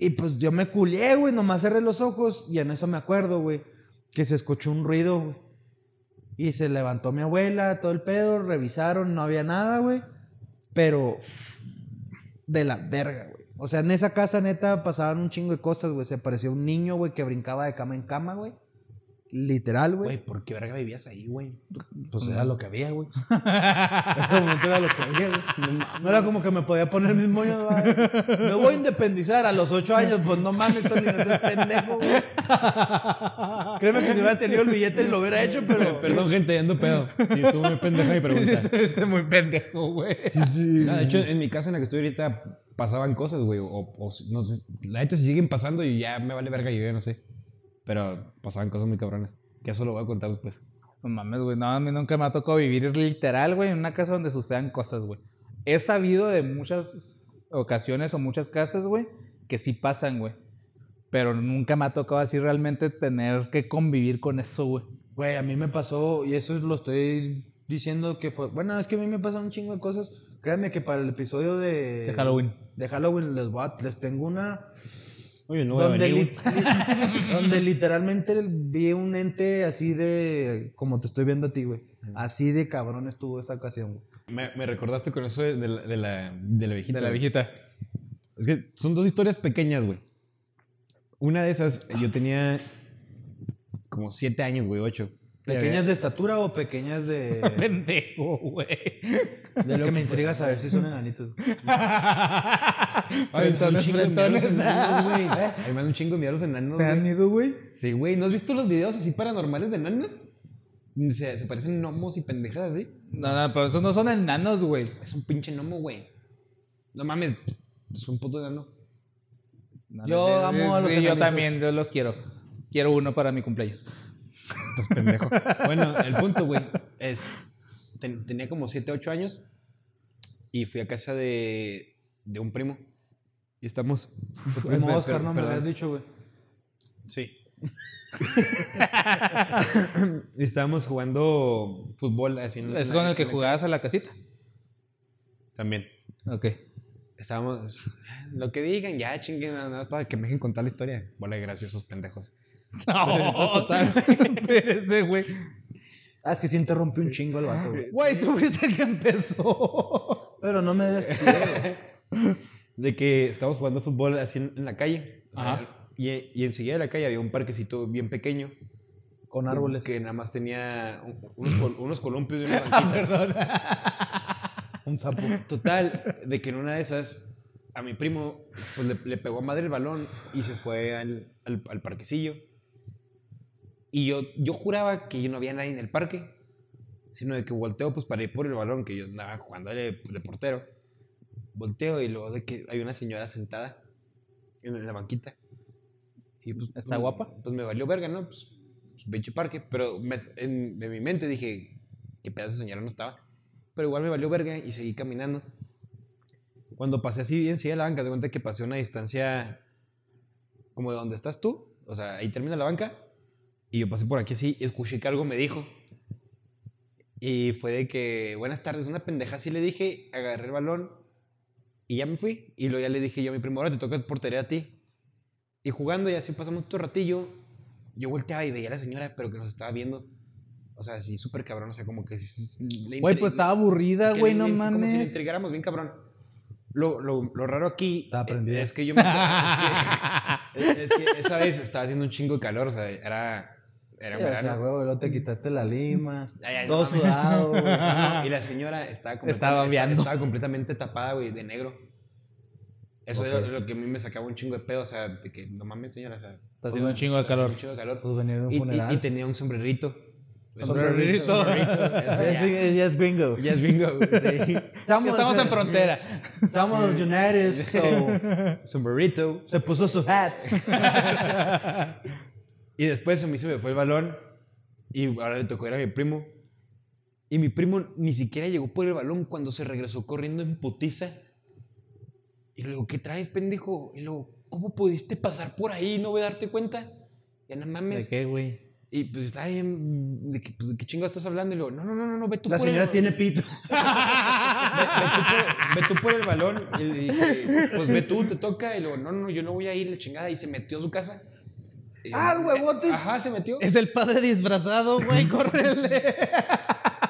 Y pues yo me culé, güey, nomás cerré los ojos y en eso me acuerdo, güey, que se escuchó un ruido, güey. Y se levantó mi abuela, todo el pedo, revisaron, no había nada, güey. Pero de la verga, güey. O sea, en esa casa neta pasaban un chingo de cosas, güey. Se apareció un niño, güey, que brincaba de cama en cama, güey. Literal, güey.
Güey, ¿por qué verga vivías ahí, güey?
Pues era lo que había, güey. era lo que había, güey. No era como que me podía poner mis moños. güey. Me voy a independizar a los ocho años. Pues no mames, Tony, no seas pendejo, güey. Créeme que si hubiera tenido el billete lo hubiera hecho, pero...
Perdón, gente, ando pedo. *laughs* Sí, estuvo muy pendeja mi pregunta.
Este muy pendejo, güey.
No, de hecho, en mi casa en la que estoy ahorita pasaban cosas, güey. O, o si- no sé, la neta se siguen pasando y ya me vale verga, yo ya no sé. Pero pasaban cosas muy cabronas. Que eso lo voy a contar después.
No mames, güey. No, a mí nunca me ha tocado vivir literal, güey, en una casa donde sucedan cosas, güey. He sabido de muchas ocasiones o muchas casas, güey, que sí pasan, güey. Pero nunca me ha tocado así realmente tener que convivir con eso, güey.
Güey, a mí me pasó, y eso lo estoy diciendo que fue... Bueno, es que a mí me pasan un chingo de cosas. Créanme que para el episodio de...
De Halloween.
De Halloween les, voy a- les tengo una...
Oye, no
donde, lit- *laughs* donde literalmente vi un ente así de... Como te estoy viendo a ti, güey. Así de cabrón estuvo esa ocasión, güey.
me, me recordaste con eso de, de la, de, la, de la viejita.
De la
güey.
viejita.
Es que son dos historias pequeñas, güey. Una de esas, yo tenía como siete años, güey, ocho. *laughs*
¿Pequeñas de estatura o pequeñas de...?
Pendejo, güey.
de lo que me intriga saber si son enanitos.
*laughs* Ay, me dan un
Frentones,
chingo de miedo los
frentones.
enanos, güey. Ay, me dan un chingo de miedo los enanos,
¿Te dan
güey.
miedo, güey?
Sí, güey. ¿No has visto los videos así paranormales de enanas? Se, se parecen gnomos y pendejadas así.
No, no, pero esos no son enanos, güey.
Es un pinche gnomo, güey. No mames, es un puto enano.
No,
Yo
no sé,
amo a los
Sí, yo
enanitos.
también, yo los quiero. Quiero uno para mi cumpleaños.
Estás pendejo. bueno, el punto, güey, es. ten- tenía como 7, 8 años y fui a casa de, de un primo. Y estamos.
Tu primo
Per-
Pues, Oscar, no me
perdón.
habías dicho, güey.
*laughs* Sí. Y estábamos jugando fútbol. Así, en- en
Es con
la-
el que
en la-
jugabas a la *laughs* casita.
También.
Ok.
Estábamos. Lo que digan, ya chinguen, nada más para que me dejen contar la historia. Bola de graciosos pendejos.
*laughs* Pero ese, güey.
Ah, es que sí interrumpió un chingo el vato, güey.
Güey, tú viste que *laughs* empezó.
Pero no me
*laughs*
despidieron.
De que estábamos jugando fútbol así en, en la calle. O sea, y, y enseguida de la calle había un parquecito bien pequeño.
Con árboles. Ah,
Que nada más tenía un- unos,
*laughs*
col- unos columpios y unas banquitas.
Un sapo.
Total, de que en una de esas, a mi primo pues, le, le pegó a madre el balón y se fue al, al- al parquecillo. Y yo, yo juraba que yo no había nadie en el parque, sino de que volteo pues para ir por el balón, que yo andaba jugando de, de portero. Volteo y luego de que hay una señora sentada en la banquita. Y, pues,
¿Está
pues,
guapa?
Pues me valió verga, ¿no? Pues, pues, pinche parque. Pero me- en, en mi mente dije, qué pedazo de señora no estaba. Pero igual me valió verga y seguí caminando. Cuando pasé así bien, seguí a la banca, te cuenta que pasé una distancia como de donde estás tú. O sea, ahí termina la banca. Y yo pasé por aquí así, escuché que algo me dijo. Y fue de que, buenas tardes, una pendeja así le dije, agarré el balón Y ya me fui. Y luego ya le dije yo a mi primo, ahora te toca portería a ti. Y jugando y así pasamos otro ratillo. Yo volteaba y veía a la señora, pero que nos estaba viendo. O sea, así súper cabrón. O sea, como que... sí- le
Güey,
intri-
pues estaba aburrida,
que
güey,
le-
no
le- Como si le
mames.
intrigáramos bien cabrón. Lo, lo- lo raro aquí
Estaba
eh,
prendida.
es que yo me es,
*laughs*
que, es- es que esa vez estaba haciendo un chingo de calor, o sea, era, era
Sí, o sea,
verano.
güey, luego te quitaste la lima.
Ay, ay, no
todo
mames.
sudado, güey.
*laughs* No, no, y la señora estaba completamente,
Estaba
esta-
viando.
estaba completamente tapada, güey, de negro. Eso es lo- lo, que a mí me sacaba un chingo de pedo, o sea, de que no mames, señora, o sea,
Está haciendo un chingo de calor.
Pues un chingo de calor.
Pues venía de un
Y, y-
funeral.
y tenía un sombrerito.
Sombrerito.
Eso
Sí, sí,
ya,
ya es gringo.
ya es bingo, güey, sí.
Estamos,
Estamos en frontera.
Estamos en los United, *laughs* so-
Sombrerito.
Se puso su hat.
*laughs* Y después a mí se me fue el balón y ahora le tocó ir a mi primo. Y mi primo ni siquiera llegó por el balón cuando se regresó corriendo en putiza. Y luego, ¿qué traes, pendejo? Y luego, ¿cómo pudiste pasar por ahí y no voy a darte cuenta? Ya no mames.
qué, güey?
Y pues está bien, de que, pues, ¿de qué chingo estás hablando? Y luego, no, no, no, no, no ve tú
La
por
señora
el
tiene pito.
ve, ve tú por, ve tú por el balón. Y le dije, pues ve tú, te toca. Y luego, no, no, no, yo no voy a ir, la chingada. Y se metió a su casa. Y-
Ah, el huevotes.
Ajá, se metió.
Es el padre disfrazado, *laughs* güey, córrele.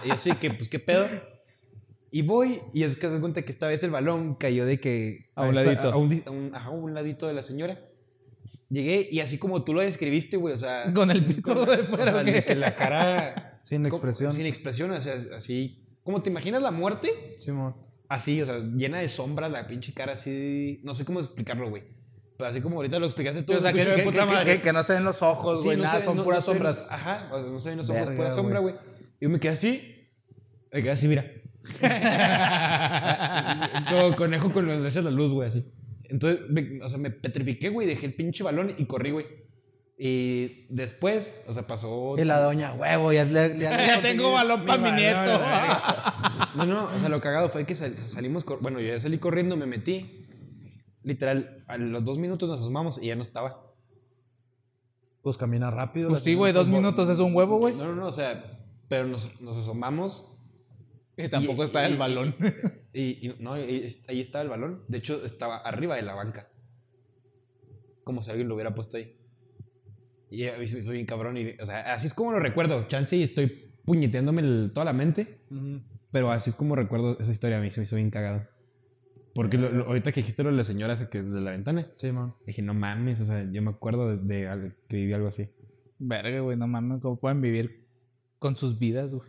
Y así que, pues, ¿qué pedo? Y voy, y es que se cuenta que esta vez el balón cayó de que...
A un
esta-
ladito.
A un, di- a un- ajá, a un ladito de la señora. Llegué, y así como tú lo describiste, güey, o sea...
*laughs* Con el pito de
o
fuera,
sea, de
güey.
que la cara...
Sin
co-
expresión.
Sin expresión, o sea, así... Como te imaginas la muerte,
Simón.
así, o sea, llena de sombra, la pinche cara así... No sé cómo explicarlo, güey. Pero así como ahorita lo explicaste tú,
O sea,
se
que,
escuchó de
que-
puta
que-
madre.
que- que no se ven los ojos,
Sí,
güey,
no
nada,
se-
son
no-
puras
no se ven los-
sombras.
ajá, o sea, no se ven los ojos,
Verga,
pura sombra, güey. Yo me quedé así. Me quedé
*laughs*
así, mira. Como conejo con la hacia la luz, güey, así. Entonces, me- o sea, me petrifiqué, güey, dejé el pinche balón y corrí, güey. Y después, o sea, pasó.
Y la doña, huevo, ya, le- ya
*laughs*
le-
*laughs* Ya tengo balón para mi nieto.
No, no, o sea, lo cagado fue que sal- salimos. cor- Bueno, yo ya salí corriendo, me metí. Literal, a los dos minutos nos asomamos y ya no estaba.
Pues camina rápido.
Pues
la
sí, güey, dos minutos es un huevo, güey.
No, no, no, o sea, pero nos, nos asomamos
*laughs* Que
tampoco está el balón.
Pues
y, y- no, y es- ahí estaba el balón. De hecho, estaba arriba de la banca. Como si alguien lo hubiera puesto ahí. Y a mí se me hizo bien cabrón. Y, o sea, así es como lo recuerdo. Chance y estoy puñeteándome el- toda la mente. Pero así es como recuerdo esa historia. A mí se me hizo bien cagado. Porque lo- lo- ahorita que dijiste lo de la señora esa que de la ventana,
Sí, man.
dije, no mames, o sea, yo me acuerdo de, de algo- que viví algo así.
Verga, güey, no mames, cómo pueden vivir con sus vidas, güey.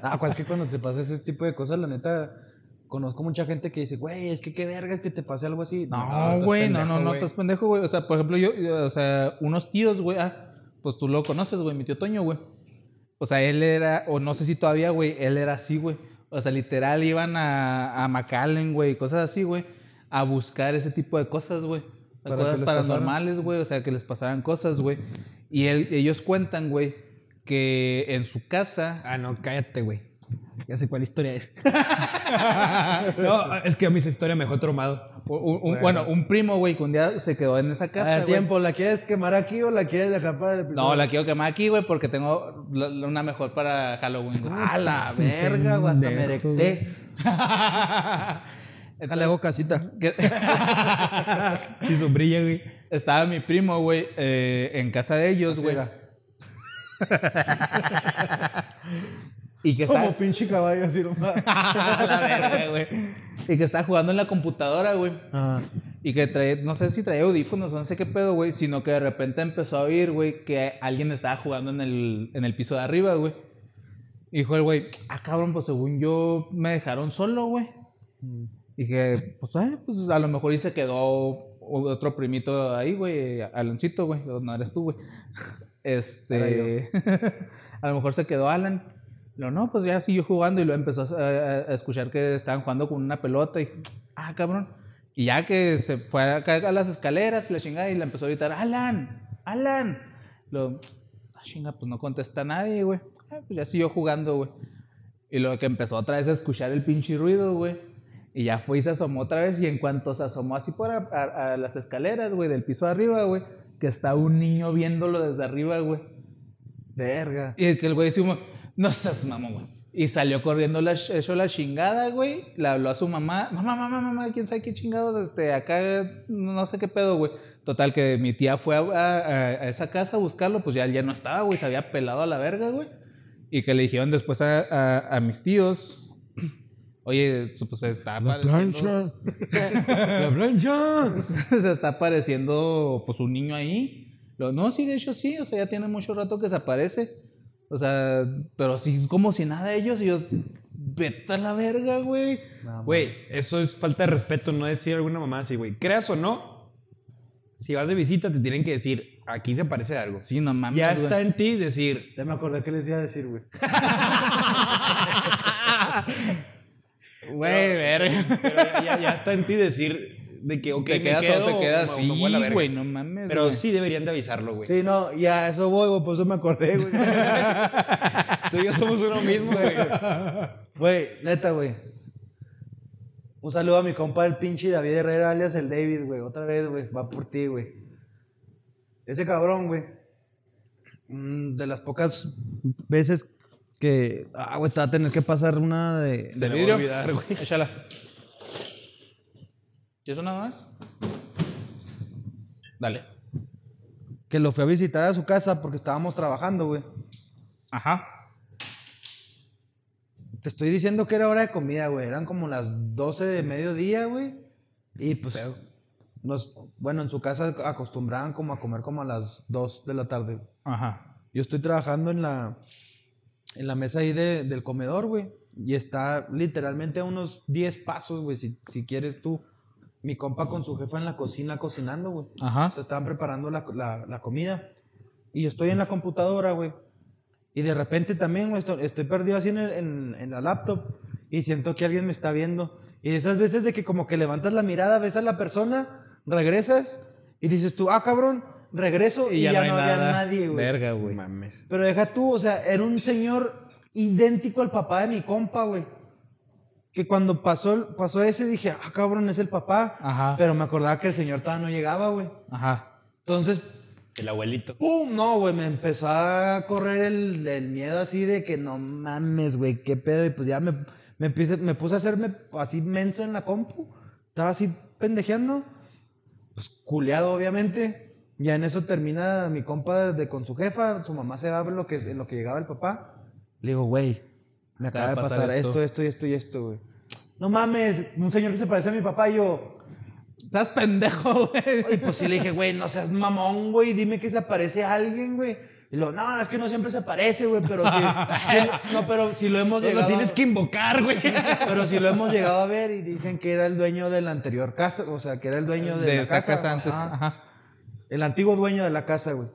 Ah, cualquier cuando te pasa ese tipo de cosas, la neta, conozco mucha gente que dice, güey, es que qué verga que te pase algo así.
No,
estás
güey, no,
pendejo,
no, no,
güey.
estás pendejo, güey. O sea, por ejemplo, yo, yo, o sea, unos tíos, güey, ah, pues tú lo conoces, güey, mi tío Toño, güey. O sea, él era, o no sé si todavía, güey, él era así, güey. O sea, literal iban a, a McAllen, güey, y cosas así, güey, a buscar ese tipo de cosas, güey. O sea,
¿Para qué
cosas
les
paranormales, güey, o sea, que les pasaran cosas, güey. Y él- ellos cuentan, güey, que en su casa
Ah, no, cállate, güey.
Ya sé cuál historia es.
No, es que a mí esa historia me dejó
Ah,
traumado.
Un- un- un- bueno, un primo, güey, que un día se quedó en esa
A
casa.
ver,
güey.
tiempo, ¿la quieres quemar aquí o la quieres dejar para el episodio?
No, la quiero quemar aquí, güey, porque tengo la- la- una mejor para Halloween, güey.
A Ah, la verga, güey, hasta me erecté. Déjale, hago
*laughs*
casita. *laughs*
Que-
Sí, sombrilla, güey.
Estaba mi primo, güey, eh, en casa de ellos,
Así
güey.
era.
*laughs* Y que
Como
estaba,
pinche caballo, así *laughs* nomás.
A *laughs* la verga, güey. Y que estaba jugando en la computadora, güey.
Ajá.
Y que trae, no sé si traía audífonos, no sé qué pedo, güey, sino que de repente empezó a oír, güey, que alguien estaba jugando en el, en el piso de arriba, güey. Y dijo el güey, ah, cabrón, pues según yo me dejaron solo, güey. Dije, pues, ah, pues a lo mejor y se quedó o- otro primito ahí, güey, Aloncito, güey, o no eres tú, güey. *laughs* Este, *laughs* a lo mejor se quedó Alan. Lo no, pues ya siguió jugando y lo empezó a, a- a escuchar que estaban jugando con una pelota y, ah, cabrón. Y ya que se fue acá a las escaleras y la chingada y le empezó a gritar, Alan, Alan. Lo, ah, chinga, pues no contesta nadie, güey. Ah, pues ya siguió jugando, güey. Y lo que empezó otra vez a escuchar el pinche ruido, güey. Y ya fue y se asomó otra vez. Y en cuanto se asomó así por a, a- a las escaleras, güey, del piso de arriba, güey, que está un niño viéndolo desde arriba, güey.
Verga.
Y el que el güey decimos, no seas mamón, güey. Y salió corriendo la, ch- hecho la chingada, güey. Le habló a su mamá. Mamá, mamá, mamá, quién sabe qué chingados, este, acá, no sé qué pedo, güey. Total, que mi tía fue a, a- a esa casa a buscarlo, pues ya, ya no estaba, güey. Se había pelado a la verga, güey. Y que le dijeron después a, a- a mis tíos, *clears throat* oye, pues está
La
apareciendo,
plancha. La plancha.
*laughs* se está apareciendo, pues, un niño ahí. Lo- no, sí, de hecho sí, o sea, ya tiene mucho rato que se aparece. O sea, pero sí, es como si nada ellos y yo, vete a la verga, güey.
Güey, eso es falta de respeto, no decir alguna mamá así, güey. Creas o no, si vas de visita te tienen que decir, aquí se aparece algo.
Sí, no mames,
ya
güey.
está en ti *laughs* decir,
Ya me acordé que les iba a decir, güey.
Güey, verga.
pero ya, ya- ya está en ti decir de que, ok,
Te
me
quedas
quedo,
o te quedas
o me- me voy a la
así,
verga.
güey, no mames.
Pero
güey.
sí deberían de avisarlo, güey.
Sí, no, y a eso voy, güey, por eso me acordé, güey.
*laughs* Tú y yo somos uno mismo, güey.
Güey, neta, güey. Un saludo a mi compa el pinche David Herrera, alias el David, güey. Otra vez, güey. Va por ti, güey. Ese cabrón, güey. mm, De las pocas veces que. Ah, güey, te va a tener que pasar una de.
¿De vidrio? Échala. ¿Y eso nada más? Dale.
Que lo fui a visitar a su casa porque estábamos trabajando, güey.
Ajá.
Te estoy diciendo que era hora de comida, güey. Eran como las 12 de mediodía, güey. Y pues. Nos, bueno, en su casa acostumbraban como a comer como a las 2 de la tarde, güey.
Ajá.
Yo estoy trabajando en la, en la mesa ahí de- del comedor, güey. Y está literalmente a unos 10 pasos, güey, si, si quieres tú. Mi compa con su jefa en la cocina cocinando, güey.
Ajá.
Se estaban preparando la, la- la comida. Y yo estoy en la computadora, güey. Y de repente también, güey, estoy, estoy perdido así en, el- en- en la laptop. Y siento que alguien me está viendo. Y de esas veces de que como que levantas la mirada, ves a la persona, regresas y dices tú, ah, cabrón, regreso y, ya, no,
hay
había
nada.
nadie, güey.
Verga, güey.
Pero deja tú, o sea, era un señor idéntico al papá de mi compa, güey. Que cuando pasó, pasó ese dije, ah, cabrón, es el papá.
Ajá.
Pero me acordaba que el señor todavía no llegaba, güey.
Ajá.
Entonces,
El abuelito.
¡pum! No, güey, me empezó a correr el, el miedo así de que no mames, güey, qué pedo. Y pues ya me, me, empiece- me puse a hacerme así menso en la compu. Estaba así pendejeando. Pues culeado, obviamente. Ya en eso termina mi compa de, con su jefa. Su mamá se va a ver lo que, en lo que llegaba el papá. Le digo, güey, me acaba de pasar, esto, esto y esto y esto, güey. No mames, un señor que se parece a mi papá y yo.
Estás pendejo, güey.
Y pues sí le dije, güey, no seas mamón, güey, dime que se aparece alguien, güey. Y lo, no, es que no siempre se aparece, güey, pero sí, sí, no, pero si lo
*laughs*
hemos llegado.
Lo tienes que invocar, güey.
Pero si lo hemos llegado a ver y dicen que era el dueño de la anterior casa, o sea, que era el dueño de,
De
la
esta casa,
ajá.
antes. Ajá.
El antiguo dueño de la casa, güey.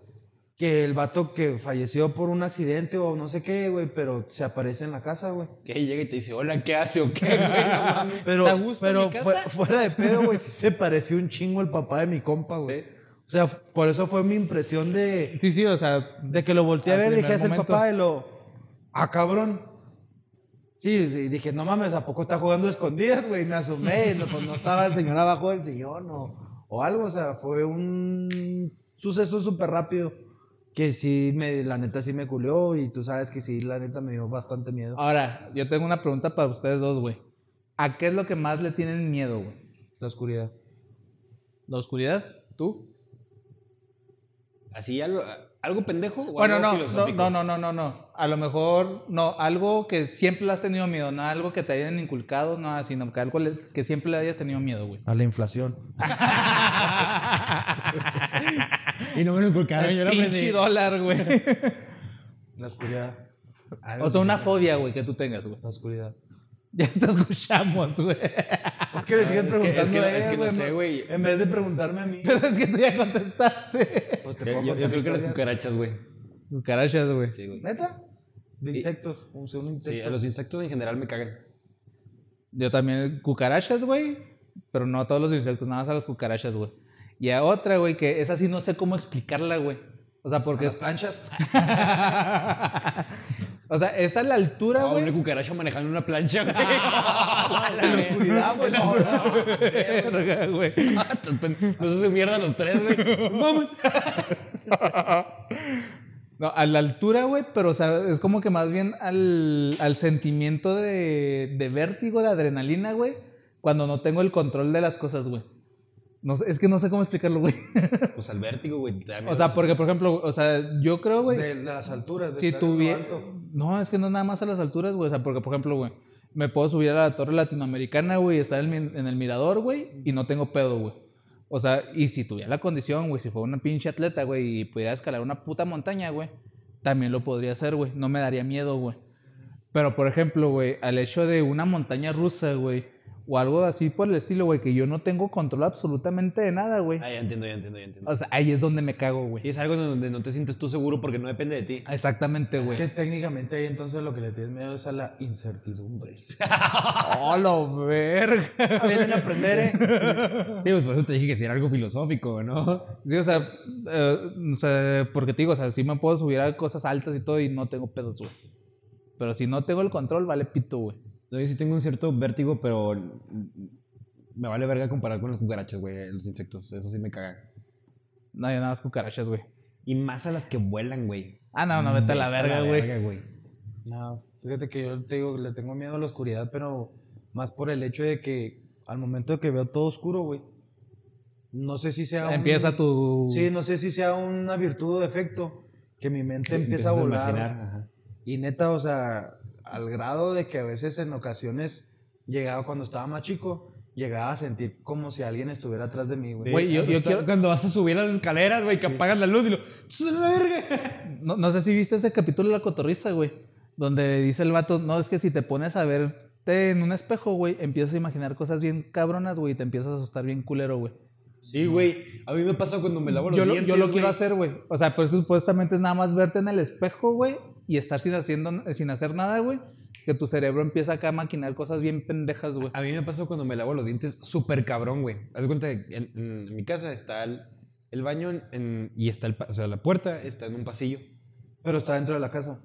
Que el vato que falleció por un accidente o no sé qué, güey, pero se aparece en la casa, güey.
Que llega y te dice, hola, ¿qué hace o qué, güey? No mames.
Pero,
¿Está a gusto en
pero
Ah, mi casa?
fue- fuera de pedo,
*laughs*
güey, sí se pareció un chingo el papá de mi compa, güey. O sea, por eso fue mi impresión de,
Sí, sí, o sea.
De que lo volteé a
Al
ver, dije,
primer
es el
momento.
papá y lo. ¡Ah, cabrón! Sí, sí, dije, no mames, ¿a poco está jugando a escondidas, güey? Me asomé, y no, pues, no estaba el señor abajo del sillón o, o algo, o sea, fue un suceso súper rápido que sí, me, la neta sí me culió y tú sabes que sí, la neta me dio bastante miedo.
Ahora, yo tengo una pregunta para ustedes dos, güey. ¿A qué es lo que más le tienen miedo, güey?
La oscuridad.
¿La oscuridad? ¿Tú?
*laughs* Así, algo, algo pendejo o
Bueno,
algo
no, no,
filosófico?
no, no, no, no, no. A lo mejor, no, algo que siempre le has tenido miedo, no algo que te hayan inculcado, no, ah, sino que algo le- que siempre le hayas tenido miedo, güey.
A la *laughs* inflación.
Y no me lo inculcaron, yo
El
lo
pinche
aprendí.
dólar, güey.
*laughs*
La oscuridad.
o sea, una fobia, güey, que tú tengas, güey. *laughs*
La oscuridad.
Ya te escuchamos, güey.
¿Por qué le siguen
Ah, Es que, es que,
preguntando
no-
a
es
ella,
que no sé, güey.
En vez de preguntarme a mí.
Pero es que tú ya contestaste.
*laughs* Pues te
Yo,
puedo
yo- yo
contar
creo que las
historias.
cucarachas, güey.
Cucarachas, güey.
Sí, güey.
¿Neta? De
Y-
insectos. Un, un insecto.
Sí, a los insectos en general me cagan.
Yo también, cucarachas, güey. Pero no a todos los insectos, nada más a las cucarachas, güey. Y a otra, güey, que esa sí no sé cómo explicarla, güey. O sea, porque es.
planchas.
*laughs* o sea, es a la altura,
Ah,
güey.
una cucaracha manejando una plancha, güey. *laughs*
En la oscuridad,
*laughs*
güey. no, no.
Verga, güey.
No se hacen mierda los tres, güey. Vamos.
No, a la altura, güey, pero o sea, es como que más bien al, al sentimiento de, de vértigo, de adrenalina, güey, cuando no tengo el control de las cosas, güey. No sé, es que no sé cómo explicarlo, güey.
Pues al vértigo, güey. te da miedo.
O sea, porque, por ejemplo, o sea, yo creo, güey,
De las alturas. de
si
estar en lo
tuviera...
alto.
No, es que no es nada más a las alturas, güey. O sea, porque, por ejemplo, güey, me puedo subir a la torre latinoamericana, güey, y estar en, mi- en el mirador, güey, y no tengo pedo, güey. O sea, y si tuviera la condición, güey, si fuera una pinche atleta, güey, y pudiera escalar una puta montaña, güey, también lo podría hacer, güey. No me daría miedo, güey. Pero, por ejemplo, güey, al hecho de una montaña rusa, güey, o algo así por el estilo, güey, que yo no tengo control absolutamente de nada, güey.
Ah, ya entiendo, ya entiendo, ya entiendo.
O sea, ahí es donde me cago, güey.
Sí, es algo donde no te sientes tú seguro porque no depende de ti.
Exactamente, güey.
Que técnicamente ahí entonces lo que le tienes miedo es a la *laughs* incertidumbre.
¡Hola, ¡Oh, verga!
Vienen a aprender, ¿eh? Sí, pues por eso te dije que si era algo filosófico, ¿no?
Sí, o sea, eh, o sea, porque te digo, o sea, sí me puedo subir a cosas altas y todo y no tengo pedos, güey. Pero si no tengo el control, vale pito, güey.
No, yo sí tengo un cierto vértigo, pero me vale verga comparar con los cucarachos, güey, los insectos. Eso sí me caga.
No, yo nada más cucarachas, güey.
Y más a las que vuelan, güey.
Ah, no, no, vete a la verga, güey.
No, fíjate que yo te digo que le tengo miedo a la oscuridad, pero más por el hecho de que al momento de que veo todo oscuro, güey. No sé si sea un-
Empieza tu...
Sí, no sé si sea una virtud o defecto que mi mente empieza a volar. Y neta, o sea, al grado de que a veces en ocasiones llegaba cuando estaba más chico, llegaba a sentir como si alguien estuviera atrás de mí, güey.
Güey, yo- yo quiero-
Cuando vas a subir a las escaleras, güey, que apagas la luz y lo... "Tss, la verga!
No, no sé si viste ese capítulo de La Cotorrisa, güey. Donde dice el vato, no, es que si te pones a verte en un espejo, güey, empiezas a imaginar cosas bien cabronas, güey, y te empiezas a asustar bien culero, güey.
Sí, güey. A mí me pasa cuando me lavo los
yo, lo,
dientes,
yo lo
güey.
quiero hacer, güey. O sea, pero es que supuestamente es nada más verte en el espejo, güey, y estar sin, haciendo, sin hacer nada, güey, que tu cerebro empieza acá a maquinar cosas bien pendejas, güey.
A mí me pasó cuando me lavo los dientes súper cabrón, güey. Haz de cuenta que en, en mi casa está el, el baño en- y está el... pa- O sea, la puerta está en un pasillo.
Pero está dentro de la casa.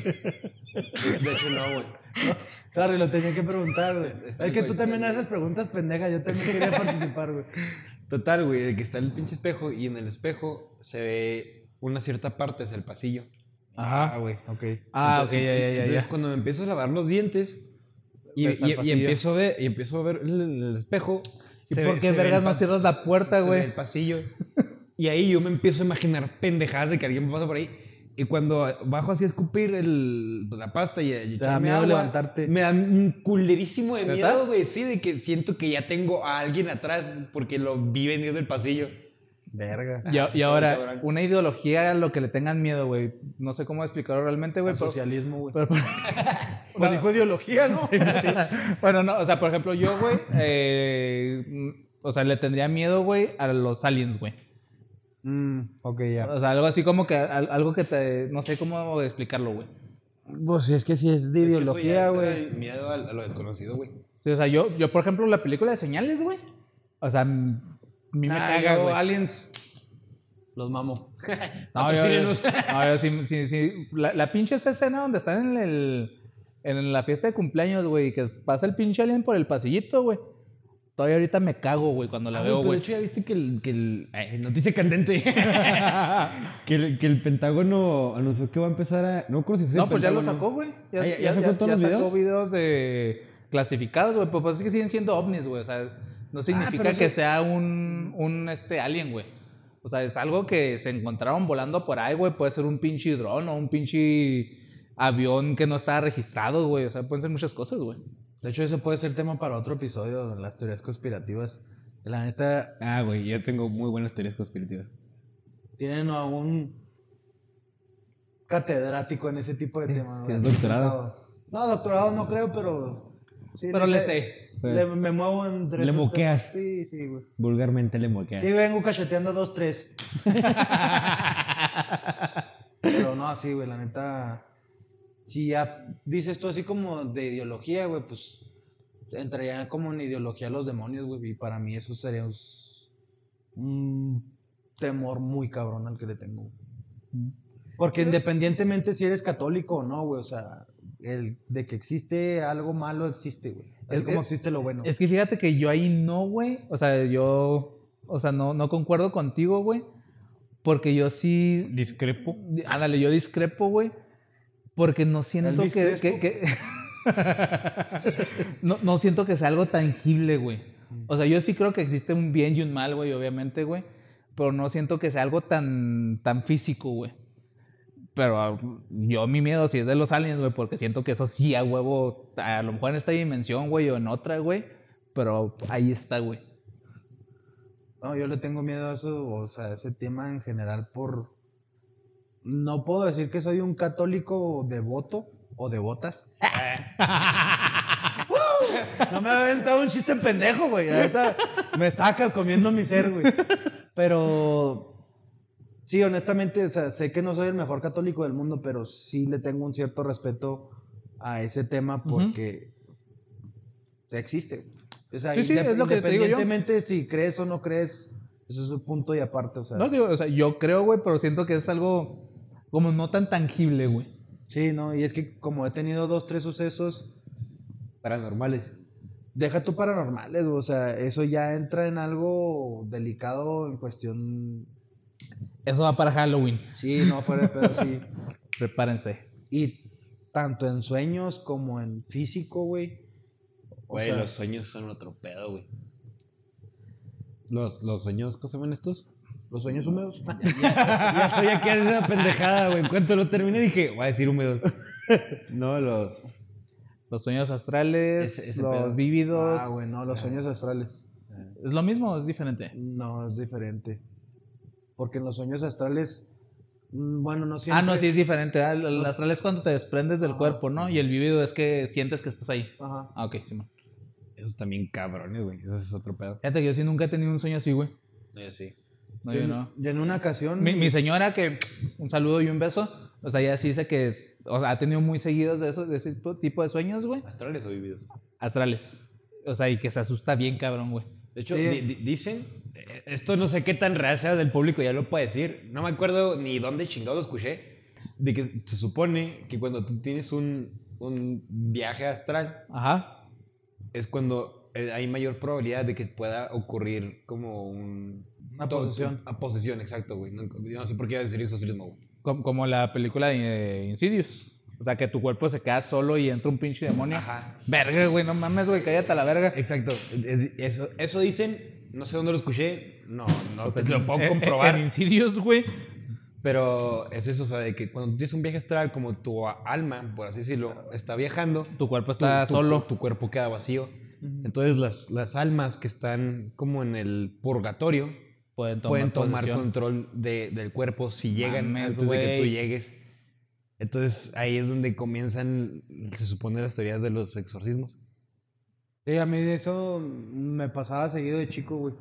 De hecho, no, güey.
Sorry, lo tenía que preguntar, güey.
Está
Es que tú
muy-
también haces preguntas pendejas, yo también quería participar,
*laughs*
güey.
Total, güey, de que está el pinche espejo y en el espejo se ve una cierta parte hacia el pasillo.
Ajá, güey, ok.
Ah,
Entonces-
ok, ya, ya, ya,
Entonces,
ya.
cuando me empiezo a lavar los dientes y,
Ves al
y- y
pasillo.
empiezo, a ver, y empiezo a ver el, el espejo.
¿Y
se
por
ve-
qué
se ve el
vergas no
pas-
cierras la puerta,
se ve
güey?
El pasillo. Y ahí yo me empiezo a imaginar pendejadas de que alguien me pasa por ahí. Y cuando bajo así a escupir el, pues, la pasta y, a- y
Te da
echarme
miedo
agua,
levantarte.
Me da un culerísimo de
¿Neta?
miedo, güey. Sí, de que siento que ya tengo a alguien atrás porque lo vi venir del pasillo. Ah,
Verga.
Y, a- y ahora,
cabrón.
una ideología a lo que le tengan miedo, güey. No sé cómo explicarlo realmente, güey,
El
pero...
socialismo,
*laughs*
güey.
pero- *laughs*
Pues dijo ideología, ¿no?
bueno, no, o sea, por ejemplo, yo, güey, eh, mm, o sea, le tendría miedo, güey, a los aliens, güey.
Mm, ok, ya.
O sea, algo así como que, al- algo que te, no sé cómo explicarlo, güey.
Pues es que sí es de
Es que eso ya
ideología,
es,
güey.
eh, Miedo a, a lo desconocido, güey.
Sí, o sea, yo, yo, por ejemplo, la película de señales, güey. O sea, m- a mí me caga, güey.
aliens. Los mamo.
No, yo,
Patrocínenos.
no, yo sí, sí, sí. La, la pinche esa escena donde están en el. En la fiesta de cumpleaños, güey, que pasa el pinche alien por el pasillito, güey. Todavía ahorita me cago, güey, cuando la
Ah,
veo,
güey, pero de
güey.
hecho ya viste que el, que el ay, noticia candente *laughs* que, el, que el Pentágono anunció que va a empezar a no creo si fue el
No, pues ya lo
Pentágono.
sacó, güey.
Ah, ya- ya sacó todos los
sacó
videos.
videos de clasificados, güey. Pues, pues es que siguen siendo ovnis, güey. O sea, no significa
Ah, pero
que sea un, un este alien, güey. O sea, es algo que se encontraron volando por ahí, güey. Puede ser un pinche dron o un pinche avión que no está registrado, güey. O sea, pueden ser muchas cosas, güey.
De hecho, eso puede ser tema para otro episodio de las teorías conspirativas. La neta,
Ah, güey, yo tengo muy buenas teorías conspirativas.
tienen a un catedrático en ese tipo de temas.
que es
güey.
doctorado.
No, doctorado no creo, pero... sí,
Pero le sé.
le- me muevo entre
Le
esos temas.
moqueas.
Sí, sí, güey.
Vulgarmente le moquea.
Sí, vengo cacheteando dos, tres. Pero no, así, güey, la neta. Si ya dices tú así como de ideología, güey, pues entrarían como en ideología los demonios, güey. Y para mí eso sería un, un temor muy cabrón al que le tengo. güey.
Pues
Porque independientemente si eres católico o no, güey, o sea, el de que existe algo malo existe, güey. Así
Es-
como
es-
existe lo bueno.
Es que fíjate que yo ahí no, güey. O sea, yo. O sea, no, no concuerdo contigo, güey. Porque yo sí.
Discrepo.
Ándale, yo discrepo, güey. Porque no siento
¿El
que. que-
discrepo?
que- *laughs* no, no siento que sea algo tangible, güey. O sea, yo sí creo que existe un bien y un mal, güey, obviamente, güey. Pero no siento que sea algo tan, tan físico, güey. Pero ah, yo mi miedo sí es de los aliens, güey, porque siento que eso sí a huevo, a lo mejor en esta dimensión, güey, o en otra, güey. Pero ahí está, güey.
No, yo le tengo miedo a eso, o sea, a ese tema en general por... No puedo decir que soy un católico devoto
*laughs*
o devotas.
No me ha aventado un chiste pendejo, güey. Ahorita me está comiendo mi ser, güey.
Pero sí, honestamente, o sea, sé que no soy el mejor católico del mundo, pero sí le tengo un cierto respeto a ese tema porque existe. O sea,
Sí, sí,
indep-
es lo que te digo yo.
independientemente si crees o no crees, eso es un punto y aparte, o sea.
No, digo, o sea, yo creo, güey, pero siento que es algo como no tan tangible, güey.
Sí, no, y es que como he tenido dos, tres sucesos paranormales. Deja tú paranormales, o sea, eso ya entra en algo delicado en cuestión.
Eso va para Halloween.
Sí, no, fuera de pedo, sí.
Prepárense.
Y tanto en sueños como en físico, güey. O
Güey,
sea,
los sueños son otro pedo, güey. Los, los sueños, ¿cómo se llaman estos?
los sueños húmedos. *laughs*
Ya estoy aquí a esa pendejada, güey. En cuanto lo terminé dije, voy a decir
*laughs*
húmedos. No, los...
Los sueños astrales,
Ese- ese
los
pedo.
vívidos.
Ah, güey, no, los sueños astrales.
Es lo mismo, o es diferente.
No, es diferente. Porque en los sueños astrales, mm, bueno, no siempre.
Ah, no, sí es diferente. Ah, El, el astral es cuando te desprendes
Ah,
del cuerpo, ¿no? Y el vívido es que sientes que estás ahí.
Ajá.
Ah, ok, Simón.
Esos también cabrones, güey. Eso es otro pedo.
Fíjate que yo sí nunca he tenido un sueño así, güey.
No, yo Eh, sí.
No, yo no.
Yo en una ocasión.
Mi, mi señora, que un saludo y un beso, o sea, ella sí dice que es, o sea, ha tenido muy seguidos de, esos, de ese tipo- tipo de sueños, güey.
¿Astrales o vividos?
Astrales. O sea, y que se asusta bien, cabrón, güey.
De hecho,
Sí.
di- di- dicen, eh, esto no sé qué tan real sea del público, ya lo puede decir. No me acuerdo ni dónde chingado lo escuché. De que se supone que cuando tú tienes un, un viaje astral,
Ajá.
es cuando eh, hay mayor probabilidad de que pueda ocurrir como un...
Una
to-
posesión.
A posesión, exacto, güey. No, no sé por qué iba a decir exorcismo, güey.
Como, como la película de Insidious. O sea, que tu cuerpo se queda solo y entra un pinche demonio.
Ajá. Eh,
Verga, güey, no mames, güey, cállate a la verga.
Exacto. Es- Eso, eso dicen, no sé dónde lo escuché, no, no te lo
Eh, eh,
puedo comprobar.
En Insidious, güey.
Pero es eso, o sea, de que cuando tienes un viaje astral, como tu a- alma, por así decirlo, está viajando,
Tu cuerpo está
tu-
solo.
tu cuerpo queda vacío. Entonces las, las almas que están como en el purgatorio
Pueden tomar,
pueden tomar
posesión.
control de- del cuerpo si llegan
Mames,
antes de que tú
güey.
llegues. Entonces ahí es donde comienzan, se supone, las teorías de los exorcismos.
Sí, a mí eso me pasaba seguido de chico, güey.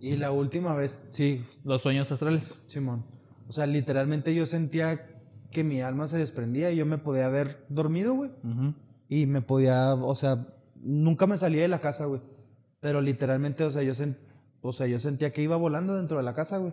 Y la última vez, sí,
Los sueños astrales.
Simón. O sea, literalmente yo sentía que mi alma se desprendía y yo me podía haber dormido, güey. Y me podía, o sea, nunca me salía de la casa, güey. Pero literalmente, o sea, yo, sen- o sea, yo sentía que iba volando dentro de la casa, güey.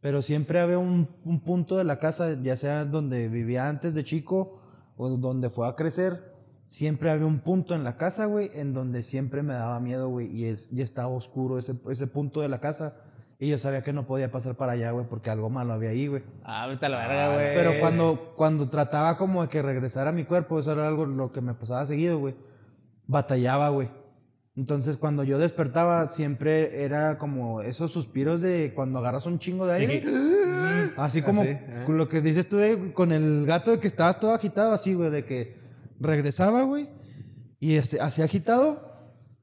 Pero siempre había un, un punto de la casa, ya sea donde vivía antes de chico o donde fue a crecer. Siempre había un punto en la casa, güey, en donde siempre me daba miedo, güey. Y, es, y estaba oscuro ese, ese punto de la casa. Y yo sabía que no podía pasar para allá, güey, porque algo malo había ahí, güey.
Ah, vete a la verga, güey.
Pero cuando, cuando trataba como de que regresara a mi cuerpo, eso era algo lo que me pasaba seguido, güey. Batallaba, güey. Entonces cuando yo despertaba siempre era como esos suspiros de cuando agarras un chingo de aire. Así como con lo que dices tú de- con el gato de que estabas todo agitado, así, güey, de que regresaba, güey. Y este, así agitado.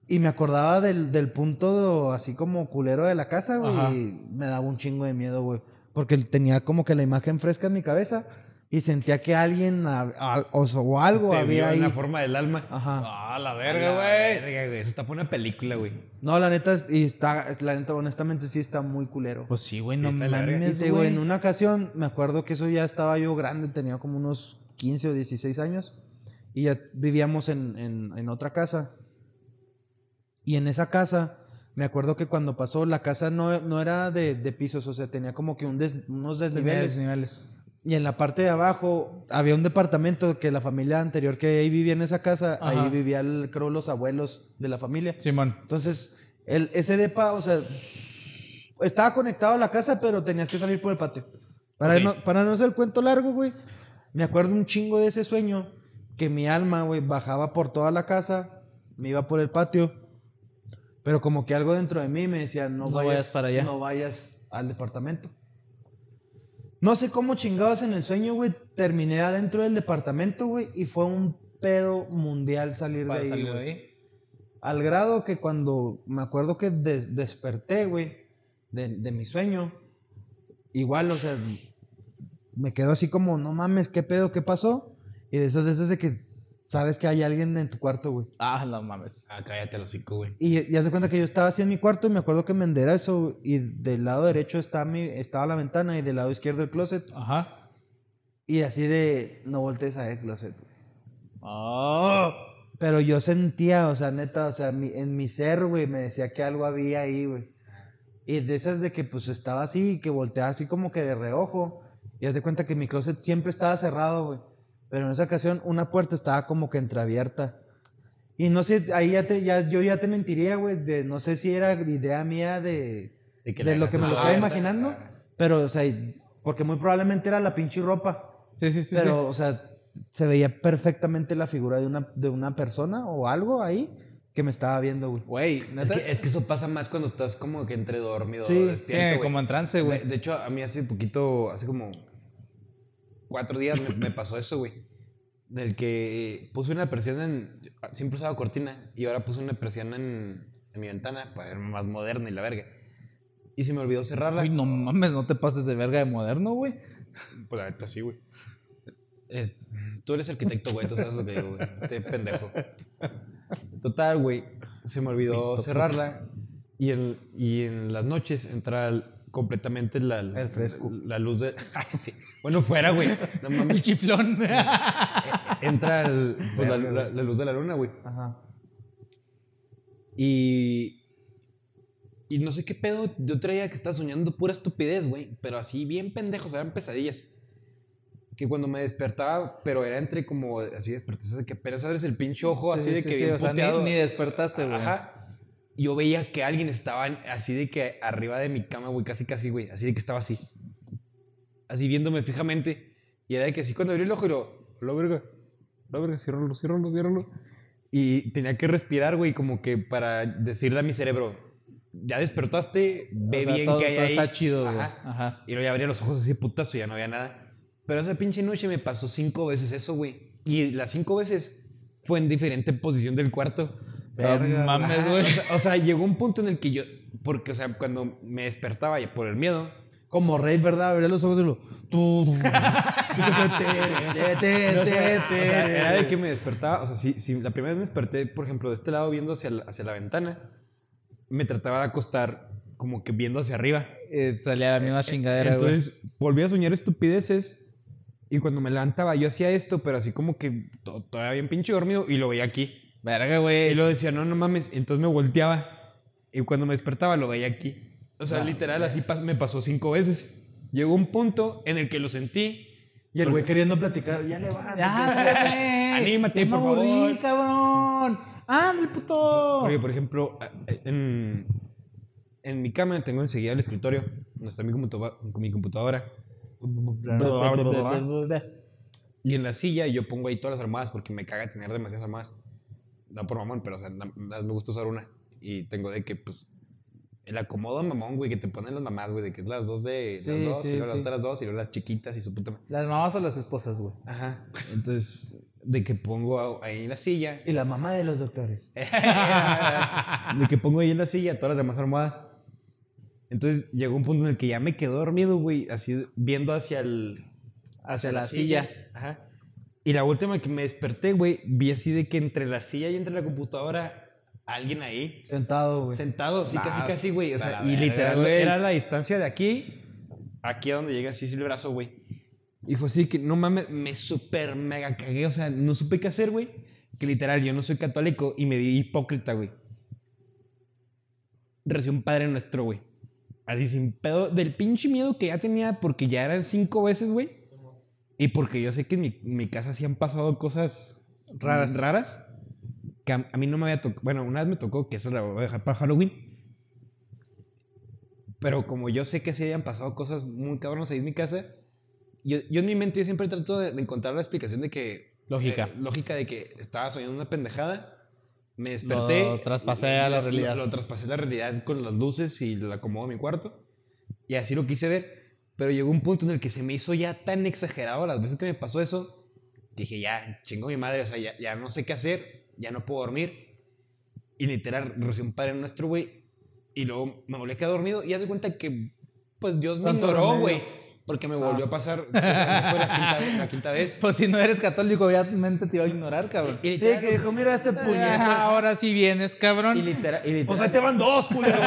Y me acordaba del, del punto así como culero de la casa,
Ajá.
güey. Y me daba un chingo de miedo, güey. Porque tenía como que la imagen fresca en mi cabeza. Y sentía que alguien a- a- o, so- o algo
Te vio
había ahí.
en la forma del alma.
Ajá.
Ah, la verga, güey. Verga, güey. Eso está para una película, güey.
No, la neta, es- y está, es- la neta, honestamente sí está muy culero.
Pues sí, güey, no
está de la verga.
Y
mames,
sí, güey,
güey.
en una ocasión me acuerdo que eso ya estaba yo grande, tenía como unos 15 o 16 años y ya vivíamos en, en- en otra casa. Y en esa casa, me acuerdo que cuando pasó, la casa no, no era de, de pisos, o sea, tenía como que un des- unos desniveles. Y en la parte de abajo había un departamento que la familia anterior que ahí vivía en esa casa,
Ajá.
ahí vivían, creo, los abuelos de la familia.
Simón.
Entonces, el, ese depa, o sea, Estaba conectado a la casa, pero tenías que salir por el patio. Para, no, para no hacer el cuento largo, güey, me acuerdo un chingo de ese sueño que mi alma, güey, bajaba por toda la casa, me iba por el patio, pero como que algo dentro de mí me decía, no,
No
vayas,
vayas para allá.
No vayas al departamento. No sé cómo chingados en el sueño, güey, terminé adentro del departamento, güey, y fue un pedo mundial salir
Para
de ahí,
salir de
güey.
ahí.
Al grado que cuando me acuerdo que des- desperté, güey, de, de mi sueño, igual, o sea, me quedo así como, no mames, ¿qué pedo? ¿Qué pasó? Y de esas veces de que sabes que hay alguien en tu cuarto, güey.
Ah, no mames.
Ah, cállate los hocico, güey.
Y, y haz de cuenta que yo estaba así en mi cuarto y me acuerdo que me enderezo güey, y del lado derecho estaba, mi, estaba la ventana y del lado izquierdo el closet.
Ajá.
Y así de, no voltees a el closet.
Oh.
Pero yo sentía, o sea, neta, o sea, mi- en mi ser, güey, me decía que algo había ahí, güey. Y de esas de que pues estaba así, que volteaba así como que de reojo. Y haz de cuenta que mi closet siempre estaba cerrado, güey. Pero en esa ocasión una puerta estaba como que entreabierta. Y no sé, ahí ya te, ya, yo ya te mentiría, güey, de no sé si era idea mía de,
De,
de lo que me lo estaba
Ah,
imaginando. Pero, o sea, y- porque muy probablemente era la pinche ropa.
Sí, sí, sí.
Pero,
sí.
o sea, se veía perfectamente la figura de una, de una persona o algo ahí que me estaba viendo, güey.
Güey,
Es
neta.
que, es que eso pasa más cuando estás como que entre dormido
Sí, eh,
o
Sí,
despierto, güey.
como en trance,
De,
güey.
de hecho, a mí hace poquito, hace como cuatro días me, me pasó eso, güey. Del que puse una persiana en... Siempre usaba cortina y ahora puse una persiana en, en mi ventana para verme más moderno y la verga. Y se me olvidó cerrarla.
Uy, no mames, no te pases de verga de moderno, güey.
Pues la neta sí, güey. Es- tú eres arquitecto, güey, tú sabes lo que digo, güey. Este *laughs* pendejo. Total, güey. Se me olvidó cerrarla. Y en, y en las noches entra el- completamente la,
El fresco.
la luz de. *laughs* Ay, sí. Bueno, fuera, güey. No mames. Eh, *laughs*
El chiflón.
Entra el- pues, la, la- la luz de la luna, güey.
Ajá.
Y. Y no sé qué pedo. Yo traía que estaba soñando pura estupidez, güey. Pero así bien pendejos, eran pesadillas. Que cuando me despertaba, pero era entre como así despertaste, de que apenas abres el pinche ojo, así de que bien
o sea, ni-
puteado.
ni, despertaste, güey.
Ajá. Yo veía que alguien estaba así de que arriba de mi cama, güey, casi casi, güey. Así de que estaba así. Así viéndome fijamente. Y era de que así cuando abrí el ojo y lo. Lo verga. Lo verga, ciérralo, ciérralo, ciérralo. Y tenía que respirar, güey, como que para decirle a mi cerebro, ya despertaste, ve
O sea,
bien
todo-
que hay
todo
ahí.
está chido, güey.
Ajá.
*laughs* Ajá.
Y luego ya abría los ojos así de putazo y ya no había nada. Pero esa pinche noche me pasó cinco veces eso, güey. Y las cinco veces fue en diferente posición del cuarto.
No mames,
Ajá,
güey.
O sea, o sea, llegó un punto en el que yo, porque, o sea, cuando me despertaba ya por el miedo,
Como rey, ¿verdad? Abría los ojos y lo... tu, tu, tu, *laughs*
o sea, o sea, era de que me despertaba, o sea, si, si la primera vez me desperté, por ejemplo, de este lado viendo hacia la, hacia la ventana, me trataba de acostar como que viendo hacia arriba.
Eh, salía la misma chingadera, güey.
Entonces volví a soñar estupideces y cuando me levantaba yo hacía esto, pero así como que to- todavía bien pinche dormido y lo veía aquí.
Verga, güey.
Y lo decía, no, no mames. Entonces me volteaba. Y cuando me despertaba lo veía aquí. O
Ah,
sea, literal, así pas- me pasó cinco veces. Llegó un punto en el que lo sentí.
Y el güey queriendo platicar, ya le va.
*laughs* ¡Ah, güey!
Anímate,
Ya me
por favor.
aburrí, cabrón! ¡Ándale, puto!
Porque, por ejemplo, a- en, en mi cama tengo enseguida el escritorio, donde está mi, computo- mi computadora. Y en la silla yo pongo ahí todas las armadas porque me caga tener demasiadas armadas. No por mamón, pero o sea, na- nada más me gusta usar una. Y tengo de que, pues, el acomodo mamón, güey, que te ponen las mamás, güey, de que es las dos de las
Sí,
dos,
sí,
y luego
sí.
las otras dos, y luego las chiquitas y su puta madre.
Las mamás o las esposas, güey.
Ajá. Entonces, de que pongo ahí en la silla.
Y la mamá de los doctores.
*laughs* de que pongo ahí en la silla todas las demás armadas. Entonces llegó un punto en el que ya me quedé dormido, güey, así viendo hacia el,
Hacia la silla.
Ajá. Y la última que me desperté, güey, vi así de que entre la silla y entre la computadora, alguien ahí,
Sentado, güey.
sentado, sí, casi,
Ah,
casi, güey. O sea,
la
y
verga,
literal,
güey.
era la distancia de aquí, aquí a donde llega así el brazo, güey. Y fue así que, no mames, me super mega cagué, o sea, no supe qué hacer, güey. Que literal, yo no soy católico y me vi hipócrita, güey. Recibí un padre nuestro, güey. Así sin pedo, del pinche miedo que ya tenía porque ya eran cinco veces, güey. Y porque yo sé que en mi, mi casa sí han pasado cosas raras. raras que a, a mí no me había tocado. Bueno, una vez me tocó, que esa la voy a dejar para Halloween. Pero como yo sé que se habían pasado cosas muy cabronas ahí en mi casa, yo, yo en mi mente yo siempre trato de, de encontrar la explicación de que...
Lógica.
eh, lógica de que estaba soñando una pendejada, me desperté... eh,
Lo traspasé a la
lo- lo-
realidad.
Lo, traspasé a la realidad con las luces y lo acomodo a mi cuarto. Y así lo quise ver. Pero llegó un punto en el que se me hizo ya tan exagerado las veces que me pasó eso, que dije, ya, chingo mi madre, o sea, ya, ya no sé qué hacer, ya no puedo dormir. Y literal, recé un padre nuestro, güey. Y luego me volví a quedar dormido y haz de cuenta que, pues Dios me
Santo
ignoró,
remedio.
güey. Porque me volvió
Ah.
a pasar. o sea, esa fue la quinta, vez- la quinta vez.
Pues si no eres católico, obviamente te iba a ignorar, cabrón.
Y
Sí,
literal,
que dijo, mira este puñet.
Ah, Ahora sí vienes,
y
cabrón.
literal, y literal-
Pues ahí te van dos, culero.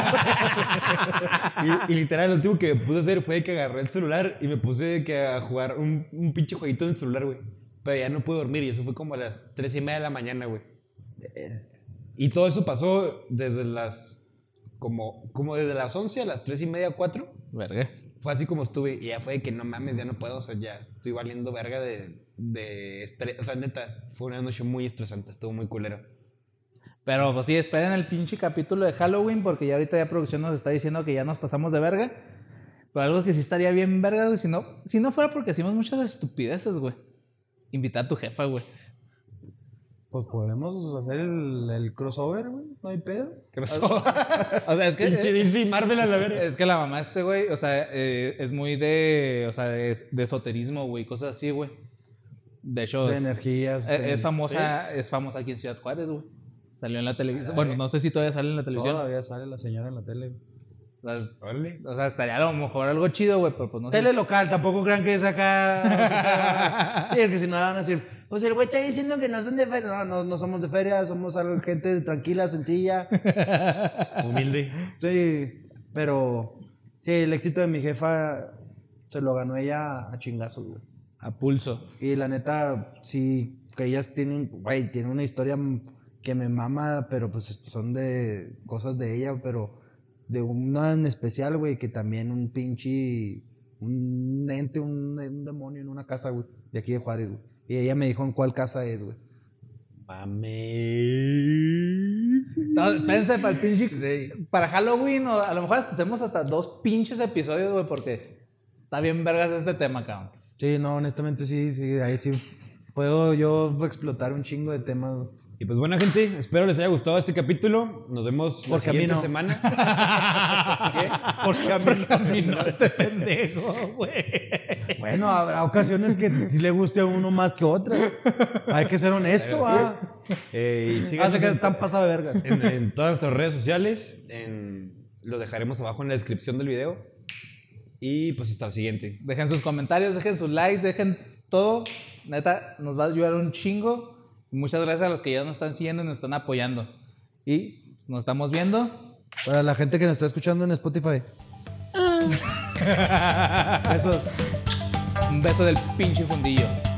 y, y literal, lo último que me puse a hacer fue que agarré el celular y me puse que a jugar un, un pinche jueguito en el celular, güey. Pero ya no pude dormir y eso fue como a las tres y media de la mañana, güey. Y todo eso pasó desde las. Como, como desde las 11 a las tres y media, 4.
Verga.
Fue así como estuve y ya fue de que no mames, ya no puedo, o sea, ya estoy valiendo verga de, de estrés. O sea, neta, fue una noche muy estresante, estuvo muy culero.
Pero pues sí, esperen el pinche capítulo de Halloween porque ya ahorita ya producción nos está diciendo que ya nos pasamos de verga. Pero algo que sí estaría bien verga, güey, si no, si no fuera porque hicimos muchas estupideces, güey. Invitar a tu jefa, güey.
Pues podemos hacer el, el crossover, güey. No hay pedo.
¿Qué pasó?
O sea, es que...
Pinche DC, Marvel a la verga.
Es que la mamá de este güey, o sea, eh, es muy de, o sea, es de esoterismo, güey, cosas así, güey. De hecho,
De
es,
energías.
eh,
este,
de-
es famosa, es famosa aquí en Ciudad Juárez, güey. Salió en la televisión.
Caray.
Bueno, no sé si todavía sale en la televisión.
Todavía sale la señora en la tele.
Pues O sea, o sea, estaría a lo mejor algo chido, güey, pero pues no sé.
Tele local, tampoco crean que
*laughs*
es acá. sí, porque si no van a decir, pues el güey está diciendo que no son de feria. No, no, no somos de feria, somos algo- gente
*laughs*
tranquila, sencilla.
Humilde.
Sí, pero sí, el éxito de mi jefa se lo ganó ella a chingazos, güey.
A pulso.
Y la neta, sí, que ellas tienen, güey, tienen una historia m- que me mama, pero pues son de cosas de ella, pero de una en especial, güey, que también un pinche, un ente, un, un demonio en una casa, güey, de aquí de Juárez, güey. Y ella me dijo en cuál casa es, güey.
No, Pense para el pinche. Para Halloween, o a lo mejor hasta hacemos hasta dos pinches episodios, güey, porque está bien vergas este tema, cabrón.
Sí, no, honestamente sí, sí, ahí sí. Puedo yo explotar un chingo de temas, güey.
Y pues bueno, gente, espero les haya gustado este capítulo. Nos vemos la
Porque a mí
siguiente
no.
semana. *laughs*
Porque a mí,
este pendejo, güey.
Bueno, habrá ocasiones que sí le guste a uno más que otras. Hay que ser honesto, ah.
Eh, y síganos
Hace que
en,
están pasadas vergas.
en- en todas nuestras redes sociales. En, lo dejaremos abajo en la descripción del video. Y pues hasta el siguiente.
Dejen sus comentarios, dejen sus likes, dejen todo. Neta, nos va a ayudar un chingo. Muchas gracias a los que ya nos están siguiendo y nos están apoyando. Y nos estamos viendo.
Para la gente que nos está escuchando en Spotify. Besos.
Un beso del pinche fundillo.